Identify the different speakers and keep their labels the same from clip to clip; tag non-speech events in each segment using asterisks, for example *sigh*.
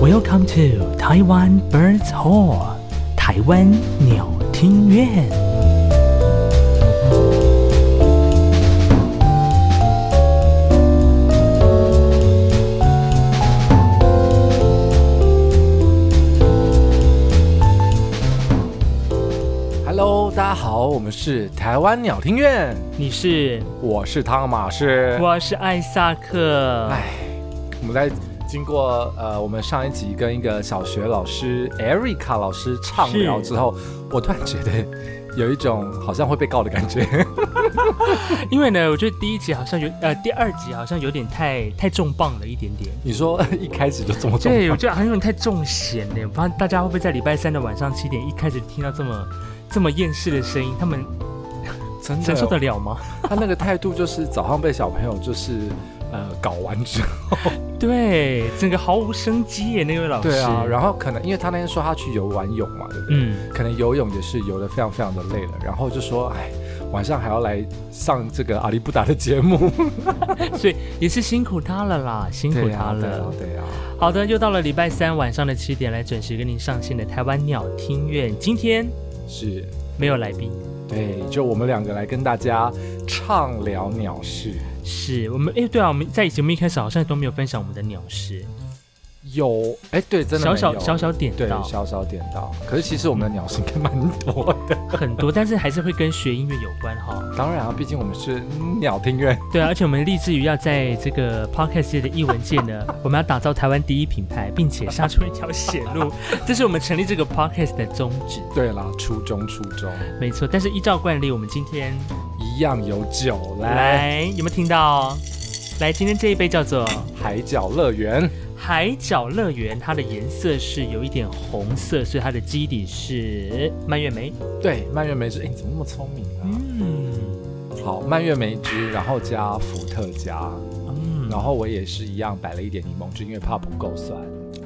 Speaker 1: Welcome to Taiwan Birds Hall，台湾鸟听院。
Speaker 2: Hello，大家好，我们是台湾鸟听院，
Speaker 3: 你是，
Speaker 2: 我是汤马士。
Speaker 3: 我是艾萨克。
Speaker 2: 哎，我们在经过呃，我们上一集跟一个小学老师 Erica 老师畅聊
Speaker 3: 是
Speaker 2: 之后，我突然觉得有一种好像会被告的感觉。 *laughs*
Speaker 3: 因为呢，我觉得第一集好像有，呃，第二集好像有点太太重磅了一点点。
Speaker 2: 你说一开始就这么重
Speaker 3: 对，我觉得好像有点太重咸了。我不知道大家会不会在礼拜三的晚上七点一开始听到这么这么厌世的声音，他们
Speaker 2: 真
Speaker 3: 承受得
Speaker 2: 的，
Speaker 3: 了吗？
Speaker 2: 他那个态度就是早上被小朋友就是呃搞完之后，
Speaker 3: 对，整个毫无生机耶，那位老师。
Speaker 2: 对啊，然后可能因为他那天说他去游完泳嘛，对不对？
Speaker 3: 嗯，
Speaker 2: 可能游泳也是游得非常非常的累了，然后就说，哎，晚上还要来上这个阿里布达的节目，
Speaker 3: 所以也是辛苦他了啦，辛苦
Speaker 2: 对
Speaker 3: 他
Speaker 2: 啊 *laughs* 呀，对
Speaker 3: 了
Speaker 2: 呀，。对呀，
Speaker 3: 好的，又到了礼拜三晚上的七点，来准时跟您上线的台湾鸟听院，今天
Speaker 2: 是，
Speaker 3: 没有来宾。
Speaker 2: 对，就我们两个来跟大家畅聊鸟事，
Speaker 3: 是我们哎、对啊，我们在节目一开始好像都没有分享我们的鸟事，
Speaker 2: 有，哎，对，真的
Speaker 3: 小
Speaker 2: 没
Speaker 3: 小
Speaker 2: 有
Speaker 3: 小小点
Speaker 2: 对，
Speaker 3: 到
Speaker 2: 小小点到，可是其实我们的鸟事应该蛮多
Speaker 3: *laughs*
Speaker 2: 的，
Speaker 3: 很多，但是还是会跟学音乐有关哈。
Speaker 2: 当然啊，毕竟我们是鸟听院，
Speaker 3: 对啊，而且我们立志于要在这个 podcast 界的艺文界呢， *laughs* 我们要打造台湾第一品牌，并且杀出一条血路， *laughs* 这是我们成立这个 podcast 的宗旨。
Speaker 2: 对啦，初中初中
Speaker 3: 没错，但是依照惯例，我们今天
Speaker 2: 一样有酒来，
Speaker 3: 来有没有听到？来，今天这一杯叫做
Speaker 2: 海角乐园，
Speaker 3: 海角乐园，它的颜色是有一点红色，所以它的基底是蔓越莓。
Speaker 2: 对，蔓越莓汁，哎，你怎么那么聪明啊？
Speaker 3: 嗯。
Speaker 2: 好，蔓越莓汁，然后加伏特加，
Speaker 3: 嗯
Speaker 2: 然后我也是一样摆了一点柠檬汁，因为怕不够酸，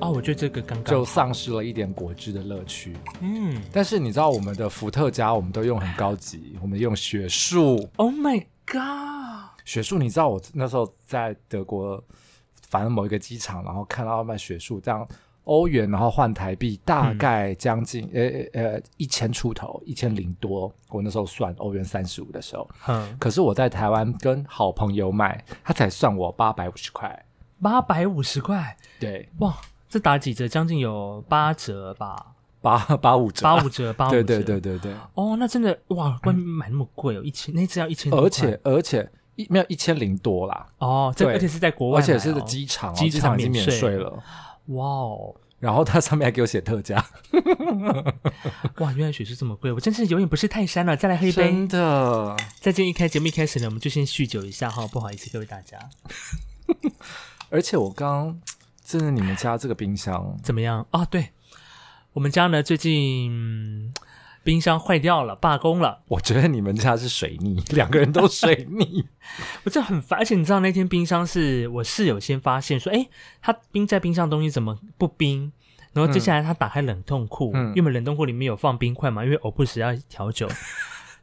Speaker 3: 哦，我觉得这个刚
Speaker 2: 就
Speaker 3: 刚
Speaker 2: 丧失了一点果汁的乐趣。
Speaker 3: 嗯
Speaker 2: 但是你知道我们的伏特加，我们都用很高级，我们用雪树，
Speaker 3: ，Oh my god，
Speaker 2: 雪树。你知道我那时候在德国，反正某一个机场，然后看到卖雪树，这样欧元，然后换台币大
Speaker 3: 嗯
Speaker 2: 概将近、呃呃一千出头，一千零多。我那时候算欧元三十五的时候，
Speaker 3: 哼，
Speaker 2: 可是我在台湾跟好朋友买，他才算我八百五十块。
Speaker 3: 八百五十块，
Speaker 2: 对，
Speaker 3: 哇，这打几折？将近有八折吧，
Speaker 2: 八八五折，
Speaker 3: 八五折，八五
Speaker 2: *laughs* 对
Speaker 3: 折，
Speaker 2: 对对。对对。
Speaker 3: 哦，那真的哇，外面买那么贵哦，一千那只要一千多块，
Speaker 2: 而且而且一没有一千零多啦，
Speaker 3: 哦，这
Speaker 2: 对
Speaker 3: 而且是在国外
Speaker 2: 而
Speaker 3: 买哦，
Speaker 2: 且是机场哦，
Speaker 3: 机
Speaker 2: 机
Speaker 3: 场
Speaker 2: 已经免
Speaker 3: 免
Speaker 2: 税
Speaker 3: 税
Speaker 2: 了。
Speaker 3: 哇哦，
Speaker 2: 然后它上面还给我写特价，
Speaker 3: 哇，原来雪是这么贵，我真是有点不识泰山了。再来 *laughs* 喝一杯
Speaker 2: 真，的。
Speaker 3: 再见。一开节目一开始呢，我们就先酗酒一下哈，不好意思各位大家。
Speaker 2: 而且我刚真的，你们家这个冰箱
Speaker 3: 怎么样啊？对，我们家呢最近嗯冰箱坏掉了，罢工了，
Speaker 2: 我觉得你们家是水泥，两个人都水泥。
Speaker 3: 我真的很烦。而且你知道那天冰箱是我室友先发现说，哎，他冰在冰箱的东西怎么不冰？然后接下来他打开冷冻库，
Speaker 2: 嗯
Speaker 3: 因为冷冻库里面有放冰块嘛，因为偶不时要调酒，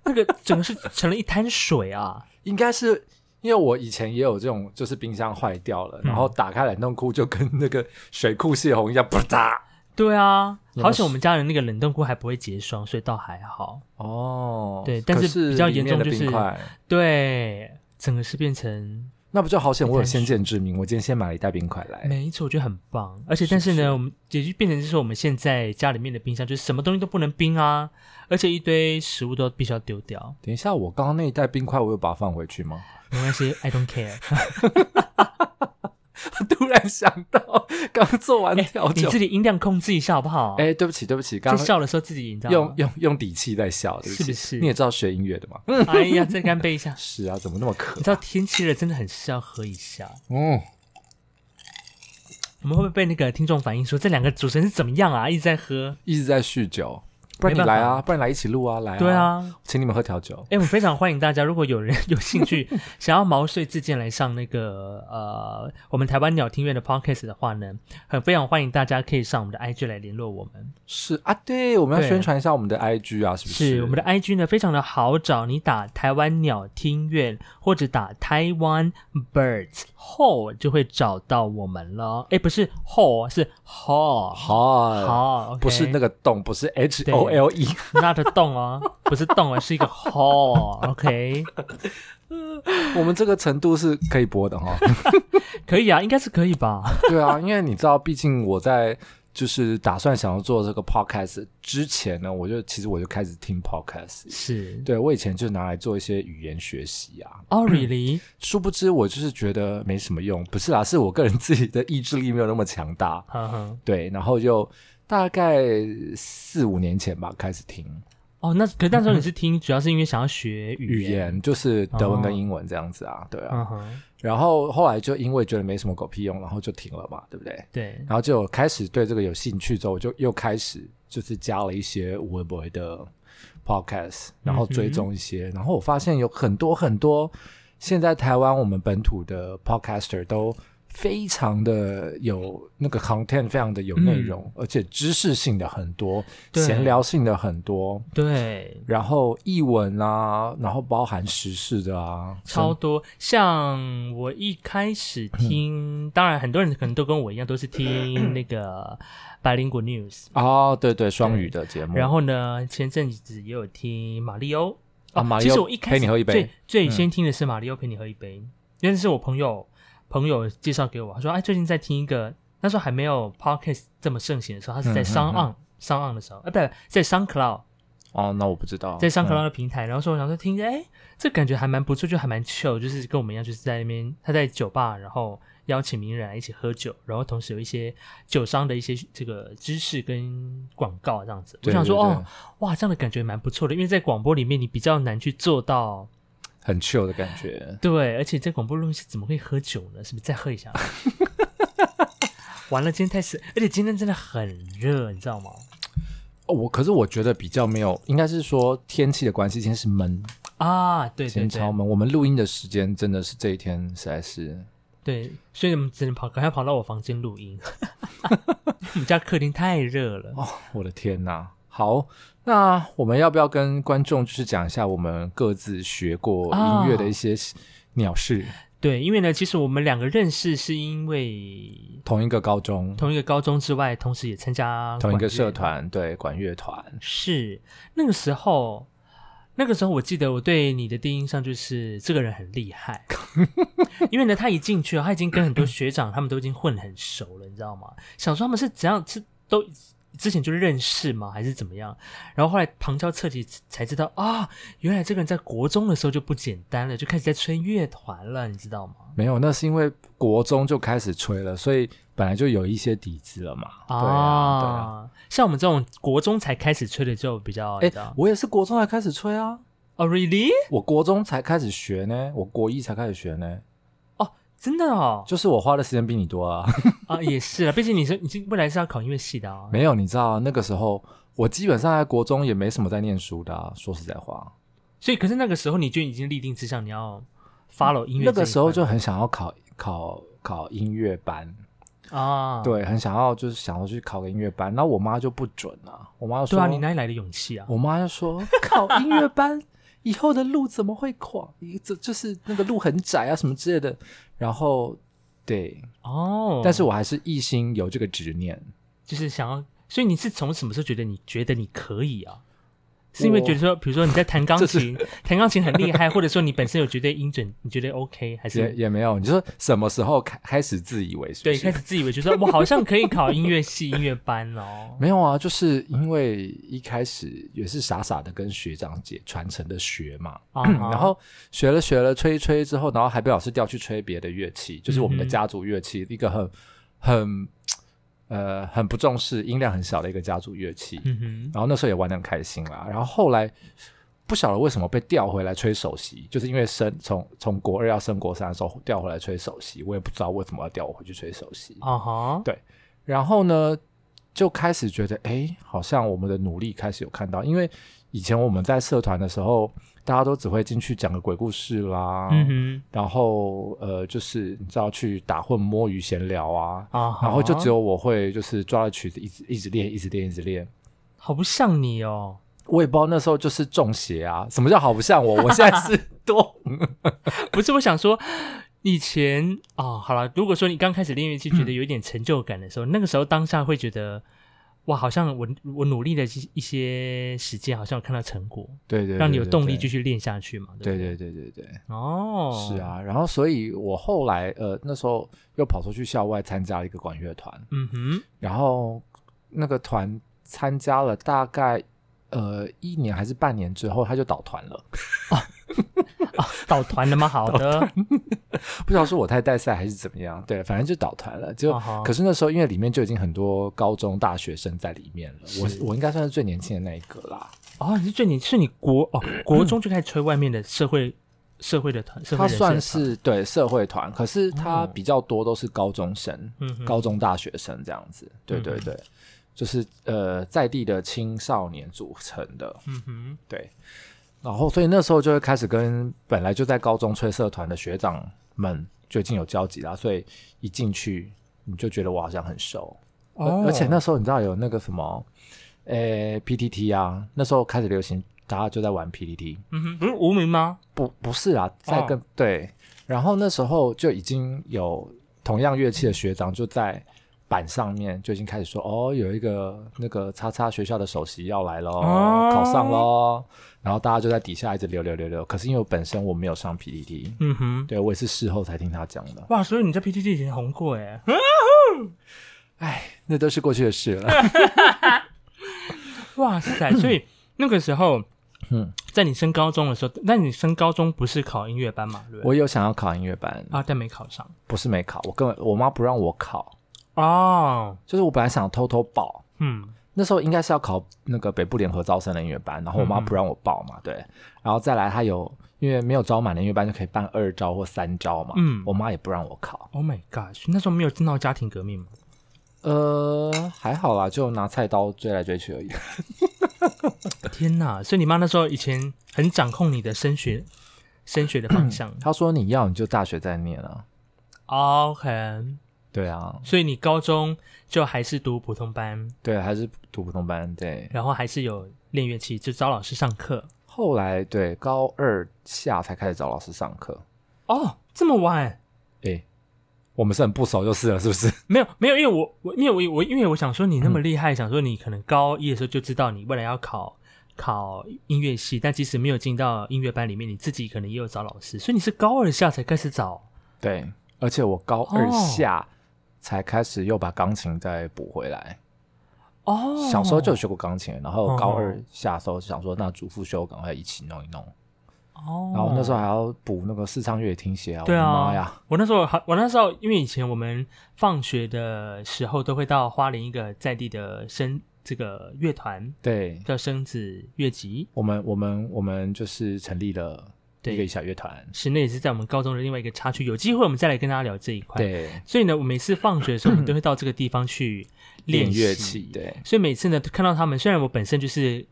Speaker 3: 那个整个是成了一滩水 *laughs* 啊！
Speaker 2: 应该是因为我以前也有这种，就是冰箱坏掉了，然后打开冷冻库就跟那个水库泄洪一样，啪嗒。
Speaker 3: 对啊，
Speaker 2: 有没有
Speaker 3: 好险我们家的那个冷冻库还不会结霜，所以倒还好。
Speaker 2: 哦，
Speaker 3: 对但是
Speaker 2: 可
Speaker 3: 比较严
Speaker 2: 里面的
Speaker 3: 重就是
Speaker 2: 冰块
Speaker 3: 对，整个是变成
Speaker 2: 那不就好险？我有先见之明，我今天先买了一袋冰块来。
Speaker 3: 没错，我觉得很棒。而且，但是呢，我们也就变成是说，我们现在家里面的冰箱就是什么东西都不能冰啊，而且一堆食物都必须要丢掉。
Speaker 2: 等一下，我刚刚那一袋冰块，我有把它放回
Speaker 3: *laughs*
Speaker 2: 去吗？
Speaker 3: 没关系，I don't care。
Speaker 2: 突然想到，刚做完 *laughs* 调
Speaker 3: 你
Speaker 2: 酒，
Speaker 3: 自己音量控制一下好不好？
Speaker 2: 哎、对不起，对不起，刚
Speaker 3: 在
Speaker 2: 刚
Speaker 3: 笑的时候自己你知道
Speaker 2: 用
Speaker 3: 吗？
Speaker 2: 用用底气在笑，对不起。
Speaker 3: 是不是
Speaker 2: 你也知道学音乐的嘛？嗯，。
Speaker 3: 哎呀，再干杯一下
Speaker 2: *laughs* 是啊，怎么那么渴
Speaker 3: 你？知道天气热，真的很是要喝一下。
Speaker 2: 嗯，
Speaker 3: 我们会不会被那个听众反映说，这两个主持人是怎么样啊？一直在喝，
Speaker 2: 一直在酗酒。不然你
Speaker 3: 没办
Speaker 2: 来
Speaker 3: 法
Speaker 2: 啊，不然你来一起录啊，来啊，
Speaker 3: 对，啊，
Speaker 2: 请你们喝调酒。
Speaker 3: 哎，我非常欢迎大家，如果有人 *laughs* 有兴
Speaker 2: *laughs*
Speaker 3: 趣想要毛遂自荐来上那个呃我们台湾鸟听院的 podcast 的话呢，很非常欢迎大家可以上我们的 IG 来联络我们。
Speaker 2: 是啊，对，我们要
Speaker 3: 对
Speaker 2: 宣传一下我们的 IG 啊，是不
Speaker 3: 是我们的 IG 呢，非常的好找，你打台湾鸟听院或者打台湾 birds hall 就会找到我们了。哎，不是 hall，是 hall
Speaker 2: 好，
Speaker 3: 好，
Speaker 2: 呃不是
Speaker 3: *laughs*
Speaker 2: 那
Speaker 3: 个
Speaker 2: 个洞，不是 H O L *laughs* E，
Speaker 3: not 动哦，不是动哦，是一个 hall。OK，
Speaker 2: *laughs* 我们这个程度是可以播的 *laughs* 哈。
Speaker 3: 可以啊，应该是可以吧？
Speaker 2: 对啊，因为你知道，毕竟我在就是打算想要做这个 podcast 之前呢，我就其实我就开始听 podcast。
Speaker 3: 是
Speaker 2: 对我以前就拿来做一些语言学习啊，
Speaker 3: 哦，really？
Speaker 2: 殊不知我就是觉得没什么用，不是啦，是我个人自己的意志力没有那么强大。
Speaker 3: 呵呵，
Speaker 2: 对，然后就大概四五年前吧开始听
Speaker 3: 哦，那可是那时候你是听，主要是因为想要学
Speaker 2: 语
Speaker 3: 语言。
Speaker 2: 言，就是德文跟英文这样子啊，对啊。
Speaker 3: 嗯哼，
Speaker 2: 然后后来就因为觉得没什么狗屁用，然后就停了嘛，对不对？
Speaker 3: 对，
Speaker 2: 然后就开始对这个有兴趣之后，我就又开始就是加了一些微博的
Speaker 3: 嗯
Speaker 2: podcast，然后追踪一些，然后我发现有很多很多现在台湾我们本土的 podcaster 都非常的有那个 content，非常的有内容，而且知识性的很多，
Speaker 3: 嗯对
Speaker 2: 闲聊性的很多。
Speaker 3: 对，
Speaker 2: 然后译文啊，然后包含时事的啊，
Speaker 3: 超多。像我一开始 *clears throat* 听，当然很多人可能都跟我一样，都是听那个百灵果 news。
Speaker 2: 哦，对对，双语的节目，
Speaker 3: 然后呢，前阵子也有听马里欧
Speaker 2: 啊
Speaker 3: 哦
Speaker 2: 马里
Speaker 3: 其实
Speaker 2: 欧
Speaker 3: 我一开始
Speaker 2: 陪你喝一杯嗯
Speaker 3: 最最先听的是马里欧陪你喝一杯，因为是我朋友朋友介绍给我，他说哎，最近在听一个，那时候还没有 podcast 这么盛行的时候，他是在
Speaker 2: 嗯嗯
Speaker 3: s o u n 上岸的时候，哎，不对，在 SoundCloud，
Speaker 2: 哦，嗯那我不知道，
Speaker 3: 在上
Speaker 2: 嗯
Speaker 3: 课的平台，然后说我想说听着，哎，这感觉还蛮不错，就还蛮 chill，就是哎跟我们一样，就是在那边他在酒吧，然后邀请名人来一起喝酒，然后同时有一些酒商的一些这个知识跟广告这样子。
Speaker 2: 对
Speaker 3: 我想说，
Speaker 2: 对对
Speaker 3: 哦，哇，这样的感觉蛮不错的，因为在广播里面你比较难去做到，
Speaker 2: 很 chill 的感觉。
Speaker 3: 对，而且在广播录音室怎么会喝酒呢？是不是再喝一
Speaker 2: *laughs*
Speaker 3: 下？完了，今天太湿，而且今天真的很热，你知道吗？
Speaker 2: 哦我可是我觉得比较没有，应该是说天气的关系，今天是闷，
Speaker 3: 啊，对
Speaker 2: 今
Speaker 3: 对
Speaker 2: 天
Speaker 3: 对
Speaker 2: 超，闷。我们录音的时间真的是这一天实在是，
Speaker 3: 对，所以我们只能跑，赶快跑到我房间录音。 *laughs* 我们家客厅太热了。
Speaker 2: 哦，我的天呐！好，那我们要不要跟观众就是讲一下我们各自学过音乐的一些
Speaker 3: 啊
Speaker 2: 鸟事？
Speaker 3: 对，因为呢，其实我们两个认识是因为
Speaker 2: 同一个高中，
Speaker 3: 同一个高中之外，同时也参加
Speaker 2: 同一个
Speaker 3: 管乐
Speaker 2: 社。团，对，管乐团。
Speaker 3: 是那个时候，那个时候我记得我对你的第一印象就是这个人很厉
Speaker 2: *laughs*
Speaker 3: 害，因为呢，他一进去哦，他已经跟很多学长他们都已经混很熟了，你知道吗？想说他们是怎样是都之前就认识吗，还是怎么样？然后后来旁敲侧击才知道啊，原来这个人在国中的时候就不简单了，就开始在吹乐团了，你知道吗？
Speaker 2: 没有，那是因为国中就开始吹了，所以本来就有一些底子了嘛。对啊，对啊。
Speaker 3: 啊，像我们这种国中才开始吹的就比较，你
Speaker 2: 哎、
Speaker 3: 知道
Speaker 2: 我也是国中才开始吹啊，
Speaker 3: 哦，really？
Speaker 2: 我国中才开始学呢，我国一才开始学呢。
Speaker 3: 真的哦，
Speaker 2: 就是我花的时间比你多啊。 *laughs*
Speaker 3: 啊，也是啊，毕竟你是你是未来是要考音乐系的啊。
Speaker 2: 没有，你知道那个时候我基本上在国中也没什么在念书的、啊。说实在话，
Speaker 3: 所以可是那个时候你就已经立定志向，你要 follow 音乐这一块。
Speaker 2: 那个时候就很想要考考考音乐班，
Speaker 3: 啊，
Speaker 2: 对，很想要就是想要去考个音乐班。那我妈就不准啊，我妈就说，
Speaker 3: 对啊，你哪里来的勇气啊？
Speaker 2: 我妈
Speaker 3: *laughs*
Speaker 2: 就说考音乐班以后的路怎么会广？一这就是那个路很窄啊什么之类的。然后对，
Speaker 3: 哦，
Speaker 2: 但是我还是一心有这个执念。
Speaker 3: 就是想要，所以你是从什么时候觉得你觉得你可以啊？是因为觉得说，比如说你在弹钢
Speaker 2: 这是 *laughs*
Speaker 3: 琴，弹钢琴很厉害，或者说你本身有绝对音准，你觉得 OK，还
Speaker 2: 也
Speaker 3: 是
Speaker 2: 也没有，你说什么时候开开始自以为是不
Speaker 3: 对
Speaker 2: 是？
Speaker 3: 开始自以为觉得我好像可以考音乐系、音乐班哦？
Speaker 2: 没有啊，就是因为一开始也是傻傻的跟学长姐传承的学嘛，
Speaker 3: 啊，
Speaker 2: *laughs*
Speaker 3: *coughs*
Speaker 2: 然后学了学了吹一吹之后，然后还被老师调去吹别的乐器，就是我们的
Speaker 3: 嗯哼
Speaker 2: 家族乐器，一个很很呃很不重视、音量很小的一个家族乐器。
Speaker 3: 嗯哼，
Speaker 2: 然后那时候也玩的很开心啦，然后后来。不晓得为什么被调回来吹首席，就是因为升从从国二要升国三的时候调回来吹首席，我也不知道为什么要调我回去吹首席。
Speaker 3: 啊哈，
Speaker 2: 然后呢，就开始觉得，哎，好像我们的努力开始有看到，因为以前我们在社团的时候，大家都只会进去讲个鬼故事啦，
Speaker 3: 嗯
Speaker 2: 然后呃，就是你知道去打混、摸鱼、闲聊啊，
Speaker 3: 哼，啊，
Speaker 2: 然后就只
Speaker 3: 有
Speaker 2: 有我会就是抓着曲子一直一直练，一直练，一直练。
Speaker 3: 好不像你哦，
Speaker 2: 我也不知道那时候就是中邪啊，什么叫好不像我？我现在
Speaker 3: *laughs*
Speaker 2: 是多
Speaker 3: 不是，我想说，以前哦，好了，如果说你刚开始练乐器觉
Speaker 2: 嗯
Speaker 3: 得有一点成就感的时候，那个时候当下会觉得，哇，好像我我努力的一一些时间，好像有看到成果，
Speaker 2: 对对对
Speaker 3: 让你有动力继
Speaker 2: 去。
Speaker 3: 续练下去嘛，对不
Speaker 2: 对
Speaker 3: 对？
Speaker 2: 对对对对，
Speaker 3: 哦，
Speaker 2: 是，啊。然后，所以我后来呃那时候又跑出去校外参加了一个管乐团，
Speaker 3: 嗯哼，
Speaker 2: 然后那个团参加了大概呃一年还是半年之后，他就倒团了。
Speaker 3: 导团了吗？好的，
Speaker 2: *laughs* 不知道是我太带赛还是怎么样，对，反正就倒团了。就、
Speaker 3: 啊哈
Speaker 2: 可是那时候因为里面就已经很多高中大学生在里面了，我我应该算是最年轻的那一个啦。
Speaker 3: 哦，你是最你是你国哦国中就开始吹外面的社会社会的团，社会
Speaker 2: 他
Speaker 3: 人士的
Speaker 2: 算
Speaker 3: 团
Speaker 2: 是对社会团，可是他
Speaker 3: 哦
Speaker 2: 比较多都是高中生、
Speaker 3: 嗯哼
Speaker 2: 高中大学生这样子。对对对，就是呃在地的青少年组成的，
Speaker 3: 嗯哼，
Speaker 2: 对。然后所以那时候就会开始跟本来就在高中吹社团的学长们就已经有交集啦，所以一进去你就觉得我好像很熟，
Speaker 3: 哦
Speaker 2: 而而且那时候你知道有那个什么，呃，PTT 啊，那时候开始流行，大家就在玩 PTT。
Speaker 3: 嗯哼，不是无名吗？
Speaker 2: 不不是啊，在跟、对，然后那时候就已经有同样乐器的学长就在板上面就已经开始说，哦，有一个那个叉叉学校的首席要来喽，
Speaker 3: 哦
Speaker 2: 考上喽，然后大家就在底下一直留留留留，可是因为我本身我没有上 PPT，
Speaker 3: 嗯哼，
Speaker 2: 对我也是事后才听他讲的，
Speaker 3: 哇，所以你在 PTT 以前红过哎，
Speaker 2: 哎，那都是过去的事了，
Speaker 3: 哇塞！所以那个时候，
Speaker 2: 嗯
Speaker 3: 在你升高中的时候，那你升高中不是考音乐班嘛？对不对
Speaker 2: 我有想要考音乐班，
Speaker 3: 啊，但没考上
Speaker 2: 不是没考，我根本我妈不让我考，
Speaker 3: 哦。
Speaker 2: 就是我本来想偷偷报，
Speaker 3: 嗯，
Speaker 2: 那时候应该是要考那个北部联合招生的音乐班，然后我妈不让我报嘛，对，然后再来她有因为没有招满的音乐班就可以办二招或三招嘛，
Speaker 3: 嗯
Speaker 2: 我妈也不让我考，
Speaker 3: Oh my god！那时候没有闹家庭革命吗？
Speaker 2: 呃，还好啦，就拿菜刀追来追去而已，。
Speaker 3: 天哪！所以你妈那时候以前很掌控你的升学升学的方向
Speaker 2: 她说你要你就大学再念啊，
Speaker 3: OK，
Speaker 2: 对啊，
Speaker 3: 所以你高中就还是读普通班，
Speaker 2: 对，还是读普通班，对，
Speaker 3: 然后还是有练乐器，就找老师上课。
Speaker 2: 后来对高二下才开始找老师上课，
Speaker 3: 哦，这么晚？
Speaker 2: 诶、我们是很不熟就是了，是不是？
Speaker 3: 没有没有，因为我我因为我我因为我想说你那么
Speaker 2: 嗯
Speaker 3: 厉害，想说你可能高一的时候就知道你未来要考考音乐系，但即使没有进到音乐班里面，你自己可能也有找老师，所以你是高二下才开始找
Speaker 2: 对，而且我高二
Speaker 3: 哦
Speaker 2: 下才开始又把钢琴再补回来。
Speaker 3: 哦。
Speaker 2: 小时候就有学过钢琴，然后
Speaker 3: 哦
Speaker 2: 高二下的时候想说，那主副修赶快一起弄一弄，
Speaker 3: 哦，
Speaker 2: 然后那时候还要补那个视唱乐听写啊，
Speaker 3: 对
Speaker 2: 我的
Speaker 3: 啊
Speaker 2: 妈呀，，
Speaker 3: 我那时候还我那时候因为以前我们放学的时候都会到花莲一个在地的生这个乐团
Speaker 2: 对
Speaker 3: 叫生子乐集，
Speaker 2: 我们我们我们就是成立了一个
Speaker 3: 对
Speaker 2: 小乐团，
Speaker 3: 是那也是在我们高中的另外一个插曲，有机会我们再来跟大家聊这一块。
Speaker 2: 对，
Speaker 3: 所以呢，我每次放学的时候，我们都会到这个地方去
Speaker 2: 练
Speaker 3: 习
Speaker 2: 乐器，。对
Speaker 3: 所以每次呢，看到他们，虽然我本身就是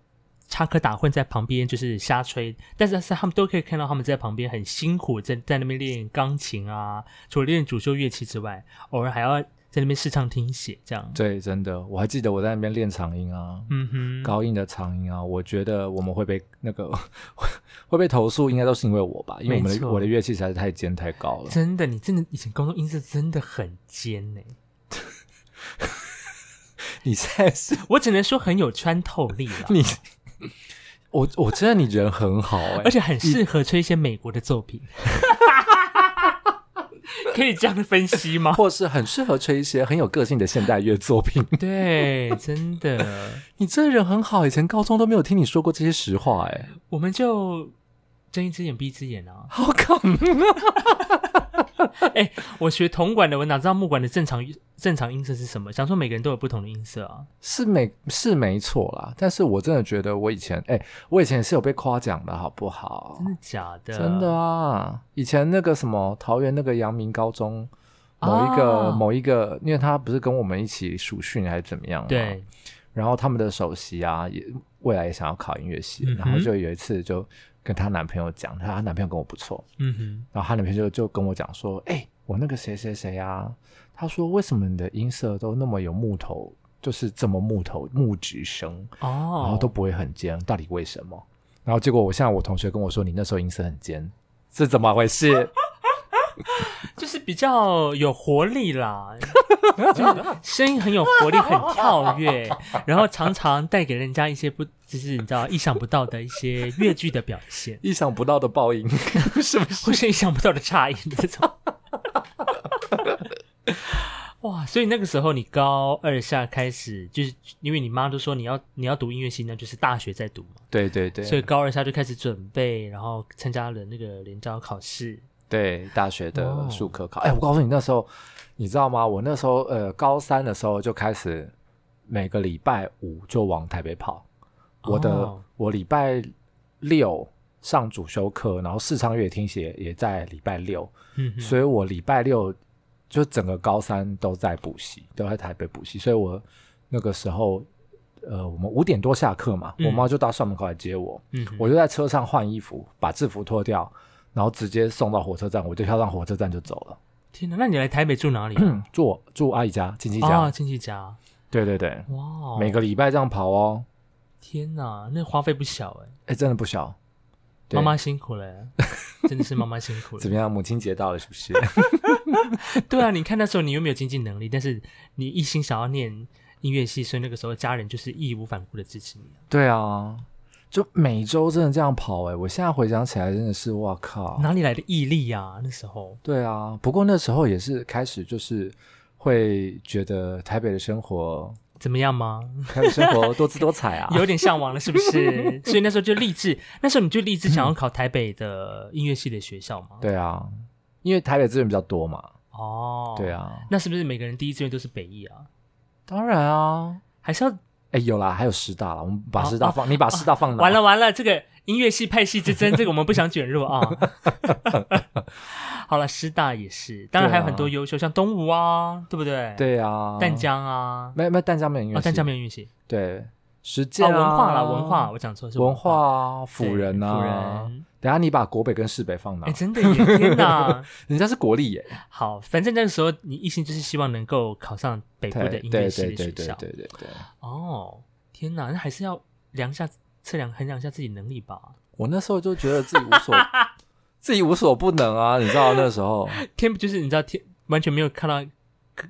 Speaker 3: 插科打诨在旁边，就是瞎吹，但是是他们都可以看到他们在旁边很辛苦在在那边练钢琴啊，除了练主修乐器之外，偶尔还要在那边试唱听写这样。
Speaker 2: 对，真的，我还记得我在那边练长音啊，
Speaker 3: 嗯哼，
Speaker 2: 高音的长音啊，我觉得我们会被那个 *laughs* 会被投诉，应该都是因为我吧，因为我们
Speaker 3: 没
Speaker 2: 的
Speaker 3: 错
Speaker 2: 我的乐器实在是太尖太高了，
Speaker 3: 真的，你真的以前高中音色真的很尖呢、
Speaker 2: 你现在 *laughs* 是，
Speaker 3: 我只能说很有穿透力啦
Speaker 2: 你。 *laughs* 我我觉得你人很好哎、
Speaker 3: *laughs* 而且很适合吹一些美国的作
Speaker 2: *laughs*
Speaker 3: 品。 *laughs* 可以这样分析吗？
Speaker 2: 或是很适合吹一些很有个性的现代乐作品。
Speaker 3: *laughs* 对，真的，
Speaker 2: *laughs* 你这人很好，以前高中都没有听你说过这些实话、哎，
Speaker 3: 我们就睁一只眼闭一只眼啊！
Speaker 2: 好感动。
Speaker 3: 哎、我学铜管的，我哪知道木管的正常正常音色是什么？想说每个人都有不同的音色啊。
Speaker 2: 是没是没错啦，但是我真的觉得我以前，哎、我以前也是有被夸奖的，好不好
Speaker 3: 真？的假的？啊
Speaker 2: 真的啊，以前那个什么桃园那个阳明高中，某一个、
Speaker 3: 哦
Speaker 2: 某一个，因为他不是跟我们一起暑训还是怎么样吗？
Speaker 3: 对，
Speaker 2: 然后他们的首席啊，也未来也想要考音乐系，
Speaker 3: 嗯哼
Speaker 2: 然后就有一次就跟她男朋友讲，她她男朋友跟我不错，
Speaker 3: 嗯哼，
Speaker 2: 然后她男朋友就就跟我讲说，哎、我那个谁谁谁啊，他说为什么你的音色都那么有木头，就是这么木头木质声，
Speaker 3: 哦，
Speaker 2: 然后都不会很尖，到底为什么？然后结果我现在我同学跟我说，你那时候音色很尖，是怎么
Speaker 3: *laughs*
Speaker 2: 回事？
Speaker 3: 就是比较有活力 *laughs* 啦，就是声音很有活力，很跳跃，然后常常带给人家一些不，就是你知道意想不到的一些越剧的表现，
Speaker 2: 意想不到的爆音， *laughs* 是不是？
Speaker 3: 或是意想不到的差异这种。哇！所以那个时候你高二下开始，就是因为你妈都说你要你要读音乐系，那就是大学在读嘛，
Speaker 2: 对对对，啊
Speaker 3: 所以高二下就开始准备，然后参加了那个联招考试。
Speaker 2: 对大学
Speaker 3: 哦
Speaker 2: 的数科考。哎、我告诉你，那时候你知道吗？我那时候呃高三的时候就开始每个礼拜五就往台北跑。我的、
Speaker 3: 哦
Speaker 2: 我礼拜六上主修课，然后视唱乐听写也在礼拜六，
Speaker 3: 嗯哼，
Speaker 2: 所以我礼拜六就整个高三都在补习，都在台北补习，所以我那个时候。呃，我们五点多下课嘛，
Speaker 3: 嗯
Speaker 2: 我妈就到校门口来接我。
Speaker 3: 嗯哼
Speaker 2: 我就在车上换衣服，把制服脱掉，然后直接送到火车站，我就跳上火车站就走了。 *clears throat*
Speaker 3: 天哪！那你来台北住哪里啊？
Speaker 2: 嗯，住我住阿姨家亲戚家，
Speaker 3: 哦，亲戚家。
Speaker 2: 对对对，
Speaker 3: 哇哦，
Speaker 2: 每个礼拜这样跑哦，
Speaker 3: 天哪，那花费不小哎、
Speaker 2: 哎，真的不小。对
Speaker 3: 妈妈辛苦了欸、真的是妈妈辛苦
Speaker 2: *laughs* 怎
Speaker 3: 了。
Speaker 2: 么样？母亲节到了是不
Speaker 3: *laughs*
Speaker 2: 是？
Speaker 3: 对啊，你看那时候你又没有经济能力，但是你一心想要念音乐系，所以那个时候家人就是义无反顾的支持你啊。
Speaker 2: 对啊，就每周真的这样跑哎、我现在回想起来真的是，哇靠！
Speaker 3: 哪里来的毅力啊？那时候，
Speaker 2: 对啊，不过那时候也是开始就是会觉得台北的生活，
Speaker 3: 怎么样吗？。
Speaker 2: 台北生活多姿多彩啊
Speaker 3: *laughs* 有点向往了，是不是？ *laughs* 所以那时候就立志，那时候你就立志想要考台北的音乐系的学校吗？，
Speaker 2: 对啊，因为台北资源比较多嘛。
Speaker 3: 哦，
Speaker 2: 对。啊，
Speaker 3: 那是不是每个人第一志愿都是北艺啊？
Speaker 2: 当然啊，
Speaker 3: 还是要
Speaker 2: 哎，有啦，还有师大啦，我们把
Speaker 3: 哦
Speaker 2: 师大放，你把师大放哪？
Speaker 3: 完了完了，这个音乐系派系之争，这个我们不想卷
Speaker 2: *laughs*
Speaker 3: 入啊。好了，师大也是，当然还有很多优秀，像东吴啊，对不对？，
Speaker 2: 对啊，
Speaker 3: 淡，江啊，
Speaker 2: 没没淡江没有音乐
Speaker 3: 哦，
Speaker 2: 系，
Speaker 3: 淡江没有音乐系，
Speaker 2: 对，实践
Speaker 3: 哦，
Speaker 2: 啊
Speaker 3: 文化啦，文化，我讲错是
Speaker 2: 文
Speaker 3: 化，
Speaker 2: 化啊，
Speaker 3: 对
Speaker 2: 辅仁
Speaker 3: 辅
Speaker 2: 啊，
Speaker 3: 仁，
Speaker 2: 等下你把国北跟市北放哪
Speaker 3: 哎，？真的耶，天
Speaker 2: *laughs*
Speaker 3: 哪！
Speaker 2: 人家是国立耶，
Speaker 3: 好，反正那个时候你一心就是希望能够考上北部
Speaker 2: 对
Speaker 3: 的音乐
Speaker 2: 对
Speaker 3: 系的
Speaker 2: 对对
Speaker 3: 学
Speaker 2: 对
Speaker 3: 校
Speaker 2: 对，对对。
Speaker 3: 哦，天哪，那还是要量一下测量衡量一下自己能力吧。
Speaker 2: 我那时候就觉得自己无
Speaker 3: *laughs*
Speaker 2: 所自己无所不能啊，你知道那时候，
Speaker 3: 天就是你知道天完全没有看到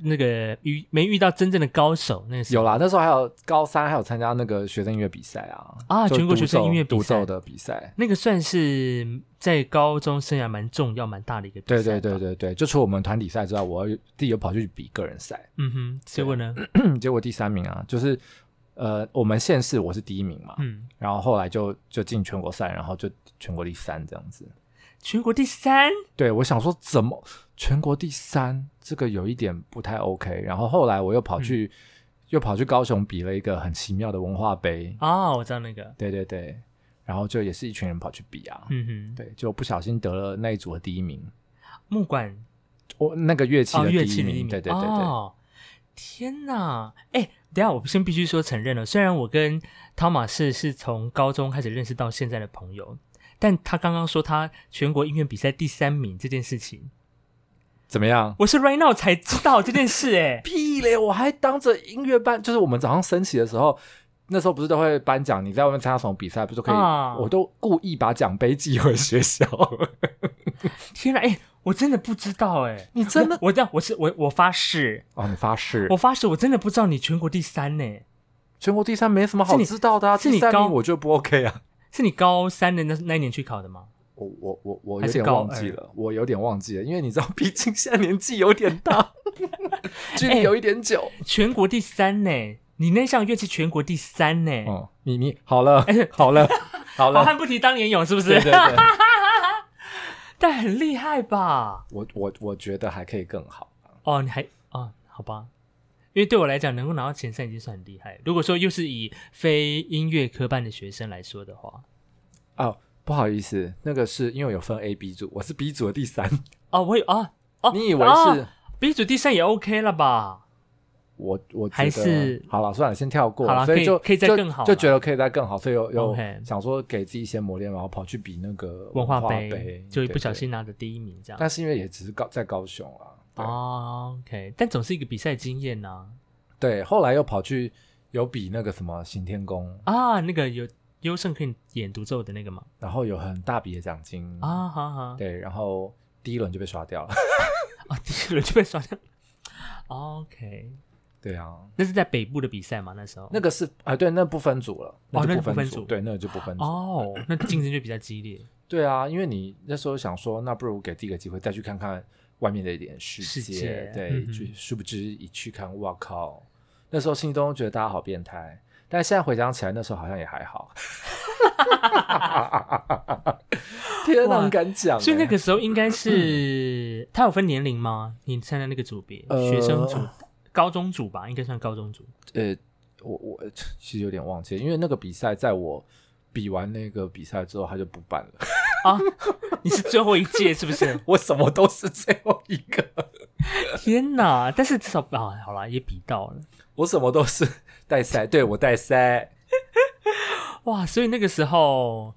Speaker 3: 那个遇没遇到真正的高手，那个时候
Speaker 2: 有啦，那时候还有高三还有参加那个学生音乐比赛啊，
Speaker 3: 啊
Speaker 2: 就
Speaker 3: 全国
Speaker 2: 独
Speaker 3: 学生
Speaker 2: 奏
Speaker 3: 音乐比
Speaker 2: 独
Speaker 3: 赛
Speaker 2: 奏的比赛。
Speaker 3: 那个算是在高中生涯蛮重要、蛮大的一个比赛。
Speaker 2: 对对对，对对，就除了我们团体赛之外，我又自己又跑去比个人赛，
Speaker 3: 嗯哼，结果呢？
Speaker 2: 结果第三名啊，就是呃，我们县市我是第一名嘛，
Speaker 3: 嗯，
Speaker 2: 然后后来就就进全国赛，然后就全国第三这样子。
Speaker 3: 全国第三，
Speaker 2: 对，我想说怎么全国第三这个有一点不太 OK，然后后来我又跑去、又跑去高雄比了一个很奇妙的文化杯，
Speaker 3: 哦，我知道那个，
Speaker 2: 对对对，然后就也是一群人跑去比啊，
Speaker 3: 嗯哼，
Speaker 2: 对，就不小心得了那一组的第一名，
Speaker 3: 木管
Speaker 2: 我那个乐器
Speaker 3: 哦，
Speaker 2: 的第
Speaker 3: 乐器的第
Speaker 2: 一名，
Speaker 3: 一名，
Speaker 2: 对对对对，
Speaker 3: 哦，天哪！哎，等一下我先必须说承认了，虽然我跟汤马士是从高中开始认识到现在的朋友，但他刚刚说他全国音乐比赛第三名这件事情，
Speaker 2: 怎么样？。
Speaker 3: 我是 right now 才知道这件事、哎
Speaker 2: *laughs* 屁嘞！我还当着音乐班，就是我们早上升旗的时候，那时候不是都会颁奖？你在外面参加什么比赛，不是都可以？
Speaker 3: 啊
Speaker 2: 我都故意把奖杯寄回学校。
Speaker 3: 天哪！哎、我真的不知道哎、
Speaker 2: 你真的
Speaker 3: 我？我这样，我是我我发誓，
Speaker 2: *laughs* 哦，你发 *laughs* 誓
Speaker 3: 我？发誓，我真的不知道你全国第三哎呢、
Speaker 2: 全国第三没什么好
Speaker 3: 是你
Speaker 2: 知道的啊，
Speaker 3: 是你
Speaker 2: 第三
Speaker 3: 高
Speaker 2: 名我觉得不 OK 啊。
Speaker 3: 是你高三的那那一年去考的吗？
Speaker 2: 我我我我
Speaker 3: 还
Speaker 2: 有
Speaker 3: 是
Speaker 2: 点
Speaker 3: 高哎
Speaker 2: 忘记了，我有点忘记了，因为你知道，毕竟现在年纪有点
Speaker 3: *laughs*
Speaker 2: 大，距离有一点久。
Speaker 3: 全国第三呢、哎你那项乐器全国第三呢、哎
Speaker 2: 哦，你你好了， *laughs*
Speaker 3: *laughs*
Speaker 2: 好了，好
Speaker 3: 好
Speaker 2: 了，
Speaker 3: 汉不提当年勇，是不
Speaker 2: 对
Speaker 3: 是？
Speaker 2: 对对，
Speaker 3: *laughs* 但很厉害吧？
Speaker 2: 我我我觉得还可以更好。
Speaker 3: 哦，你还哦，好吧。因为对我来讲，能够拿到前三已经算很厉害了。如果说又是以非音乐科班的学生来说的话，
Speaker 2: 哦，不好意思，那个是因为有分 A、B 组，我是 B 组的第三。
Speaker 3: 哦，我有哦哦，
Speaker 2: 你以为是
Speaker 3: 哦？鼻祖第三也 OK 了吧？
Speaker 2: 我我觉得
Speaker 3: 还是
Speaker 2: 好了，算了，先跳过。
Speaker 3: 好啦
Speaker 2: 所
Speaker 3: 可以
Speaker 2: 就
Speaker 3: 可以再
Speaker 2: 就
Speaker 3: 更好
Speaker 2: 就
Speaker 3: 啦
Speaker 2: 觉得可以再更好，所以有有
Speaker 3: OK
Speaker 2: 想说给自己一些磨练，然后跑去比那个
Speaker 3: 文
Speaker 2: 化
Speaker 3: 化杯就一
Speaker 2: 对
Speaker 3: 不小
Speaker 2: 对
Speaker 3: 心拿的第一名这样。
Speaker 2: 但是因为也只是高在高雄啦。对
Speaker 3: 哦，OK，但总是一个比赛经验呐、
Speaker 2: 对，后来又跑去有比那个什么行天宫，
Speaker 3: 啊。那个有优胜可以演独奏的那个嘛？
Speaker 2: 然后有很大笔的奖金
Speaker 3: 啊，好好，
Speaker 2: 对，然后第一轮就被刷掉了。 *laughs*
Speaker 3: 哦，第一轮就被刷掉。OK，哦
Speaker 2: 对啊，
Speaker 3: 那是在北部的比赛嘛？那时候
Speaker 2: 那个是啊，对，那不分组了，
Speaker 3: 哦那
Speaker 2: 就不
Speaker 3: 就不分
Speaker 2: 组，
Speaker 3: 组
Speaker 2: 对，那个就不分组。
Speaker 3: 哦，那竞争就比较激烈。
Speaker 2: 对啊，因为你那时候想说，那不如给自己一个机会，再去看看外面的一点世
Speaker 3: 世
Speaker 2: 界。
Speaker 3: 界
Speaker 2: 对，
Speaker 3: 嗯
Speaker 2: 去、
Speaker 3: 哼
Speaker 2: 殊不知一去看，哇靠！那时候心中觉得大家好变态，但现在回想起来，那时候好像也还好。 *laughs* 天哪，
Speaker 3: 哇
Speaker 2: 很敢讲欸、
Speaker 3: 所以那个时候应该是他有分年龄吗？你参加那个组别，
Speaker 2: 呃
Speaker 3: 学生组、高中组吧，应该算高中组。
Speaker 2: 呃，我我其实有点忘记了，因为那个比赛在我比完那个比赛之后，他就不办了。 *laughs*
Speaker 3: 啊你是最后一届是不是？
Speaker 2: 我什么都是最后一个，
Speaker 3: 天哪！但是至少啊，好啦，也比到了
Speaker 2: 我什么都是带塞，对我带塞。
Speaker 3: 哇！所以那个时候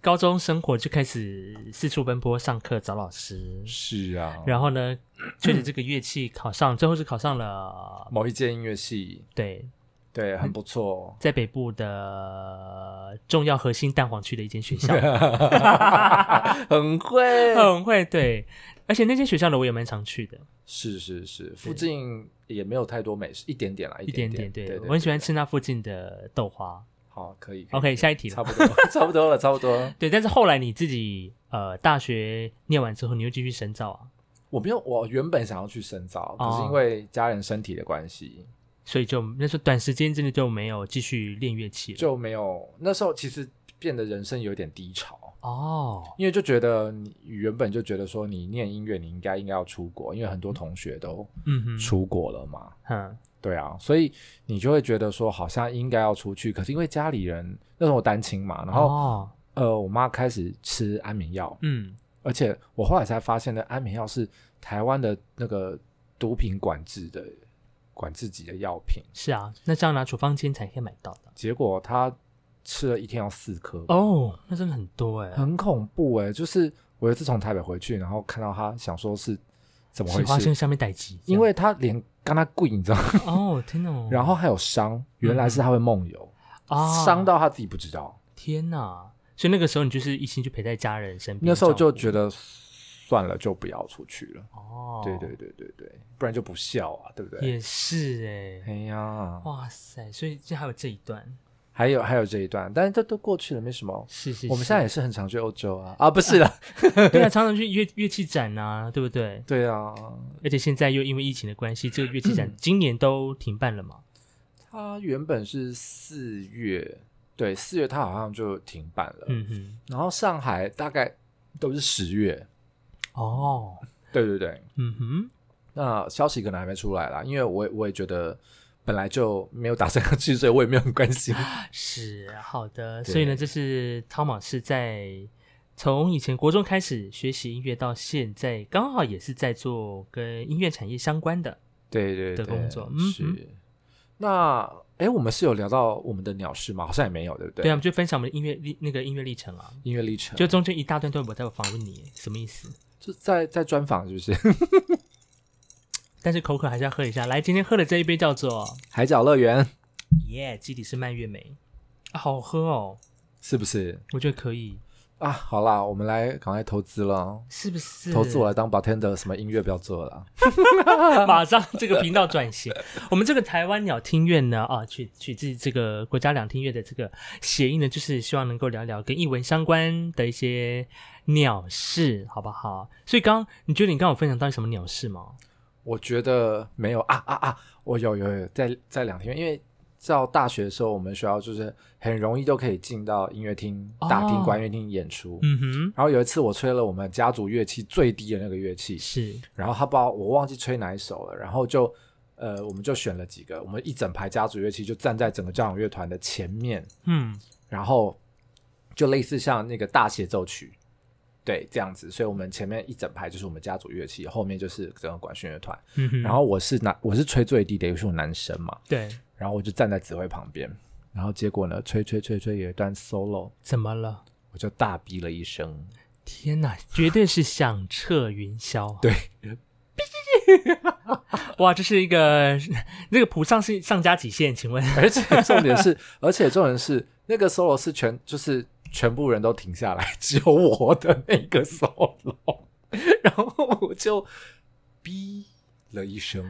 Speaker 3: 高中生活就开始四处奔波，上课找老师，
Speaker 2: 是啊，
Speaker 3: 然后呢，确实这个乐器考上，最后是考上了
Speaker 2: 某一届音乐系，
Speaker 3: 对，
Speaker 2: 对，
Speaker 3: 嗯
Speaker 2: 很不错。
Speaker 3: 在北部的重要核心蛋黄区的一间学校。
Speaker 2: 哦
Speaker 3: *laughs*
Speaker 2: 很会，
Speaker 3: 很会对，而且那间学校的我也蛮常去的，
Speaker 2: 是是是，附近也没有太多美食，一点点啦，
Speaker 3: 一
Speaker 2: 点
Speaker 3: 点点
Speaker 2: 对
Speaker 3: 对，
Speaker 2: 对，
Speaker 3: 我很喜欢
Speaker 2: 对。
Speaker 3: 吃那附近的豆花。
Speaker 2: 好，可以可以
Speaker 3: OK，下一题
Speaker 2: 差
Speaker 3: 了。*laughs*
Speaker 2: 不多，差不多了，差不多。
Speaker 3: 对，但是后来你自己呃大学念完之后，你又继续深造啊，
Speaker 2: 我没有，我原本想要去深造，可是
Speaker 3: 哦
Speaker 2: 因为家人身体的关系，
Speaker 3: 所以就那时候短时间之内就没有继续练乐器了。
Speaker 2: 就没有。那时候其实变得人生有点低潮，
Speaker 3: 哦，
Speaker 2: 因为就觉得你原本就觉得说你念音乐，你应该应该要出国，因为很多同学都
Speaker 3: 嗯哼，
Speaker 2: 出国了嘛。
Speaker 3: 嗯
Speaker 2: 对啊，所以你就会觉得说好像应该要出去，可是因为家里人那时候我单亲嘛，然后、
Speaker 3: 哦，
Speaker 2: 呃，我妈开始吃安眠药，
Speaker 3: 嗯，
Speaker 2: 而且我后来才发现呢，安眠药是台湾的那个毒品管制的管制级的药品，
Speaker 3: 是啊，那这样拿处方签才可以买到的。
Speaker 2: 结果她吃了一天要四颗，
Speaker 3: 哦，那真的很多哎、
Speaker 2: 很恐怖哎、就是我有一次从台北回去，然后看到她，想说是怎么
Speaker 3: 是
Speaker 2: 回
Speaker 3: 花
Speaker 2: 事
Speaker 3: 生，下面逮鸡，
Speaker 2: 因为她脸跟她跪，你知道吗，
Speaker 3: 哦天哪，
Speaker 2: *laughs* 然后还有伤，原来是她会梦游，
Speaker 3: 啊
Speaker 2: 伤到她自己不知道。
Speaker 3: 天哪！所以那个时候你就是一心就陪在家人身边照顾，
Speaker 2: 那时候就觉得算了，就不要出去了。
Speaker 3: 哦，
Speaker 2: 对对对对对，不然就不孝啊，对不对？
Speaker 3: 也是哎、
Speaker 2: 哎呀，
Speaker 3: 哇塞！所以就还有这一段，
Speaker 2: 还有还有这一段，但是这都过去了，没什么。
Speaker 3: 是是
Speaker 2: 我们现在也是很常去欧洲啊，啊不是啦，
Speaker 3: 在对啊，常常去乐乐器展啊，对不对？
Speaker 2: *laughs* 对啊，
Speaker 3: 而且现在又因为疫情的关系，这个乐器展今年都停办了嘛？
Speaker 2: 它原本是四月，对，四月它好像就停办了，
Speaker 3: 嗯哼，
Speaker 2: 然后上海大概都是十月，
Speaker 3: 哦，
Speaker 2: 对对对，
Speaker 3: 嗯哼，
Speaker 2: 那消息可能还没出来啦，因为我也我也觉得本来就没有打算要去，所以我也没有很关心。
Speaker 3: 是好的。
Speaker 2: 对
Speaker 3: 所以呢，这是汤马士在从以前国中开始学习音乐到现在，刚好也是在做跟音乐产业相关的。
Speaker 2: 对对
Speaker 3: 的
Speaker 2: 对，
Speaker 3: 工作嗯
Speaker 2: 是。
Speaker 3: 嗯
Speaker 2: 那哎，诶我们是有聊到我们的鸟事吗？好像也没有，对不对？
Speaker 3: 对啊，我们就分享我们的音乐历那个音乐历程啊。
Speaker 2: 音乐历程
Speaker 3: 就中间一大段都我在访问你，什么意思？
Speaker 2: 就在在专访，是不是？ *laughs*
Speaker 3: 但是口渴还是要喝一下。来，今天喝的这一杯叫做
Speaker 2: 海角乐园
Speaker 3: 耶，基底是蔓越莓、啊好喝哦，
Speaker 2: 是不是
Speaker 3: 我觉得可以，
Speaker 2: 啊？好啦，我们来赶快投资了，
Speaker 3: 是不是？
Speaker 2: 投啊
Speaker 3: *laughs*
Speaker 2: 资我来当 bartender，什么音乐不要做了。
Speaker 3: 马上这个频道转型。 *laughs* 我们这个台湾鸟听院呢，啊，取取自这个国家两厅院的这个谐音呢，就是希望能够聊聊跟译文相关的一些鸟事，好不好？所以刚你觉得你刚刚有分享到什么鸟事吗？
Speaker 2: 我觉得没有啊啊啊！我有有有，在在两天，因为到大学的时候，我们学校就是很容易就可以进到音乐厅、
Speaker 3: 哦
Speaker 2: 大厅、管乐厅演出。
Speaker 3: 嗯哼，
Speaker 2: 然后有一次，我吹了我们家族乐器最低的那个乐器，
Speaker 3: 是
Speaker 2: 然后他把我忘记吹哪一首了，然后就呃，我们就选了几个，我们一整排家族乐器就站在整个交响乐团的前面，
Speaker 3: 嗯，
Speaker 2: 然后就类似像那个大协奏曲，对，这样子，所以我们前面一整排就是我们家族乐器，后面就是整个管弦乐团。
Speaker 3: 嗯哼，
Speaker 2: 然后我是男，我是吹最低的，因为是我男生嘛，
Speaker 3: 对，
Speaker 2: 然后我就站在指挥旁边，然后结果呢，吹吹吹吹有一段 solo，
Speaker 3: 怎么了？
Speaker 2: 我就大逼了一声，
Speaker 3: 天哪，绝对是响彻云霄！
Speaker 2: *laughs* 对，
Speaker 3: *laughs* 哇，这是一个 *laughs* 那个谱上是上加几线？请问， *laughs*
Speaker 2: *laughs* 而且重点是，而且重点是那个 solo 是全就是全部人都停下来，只有我的那个 solo，然后我就逼了一声，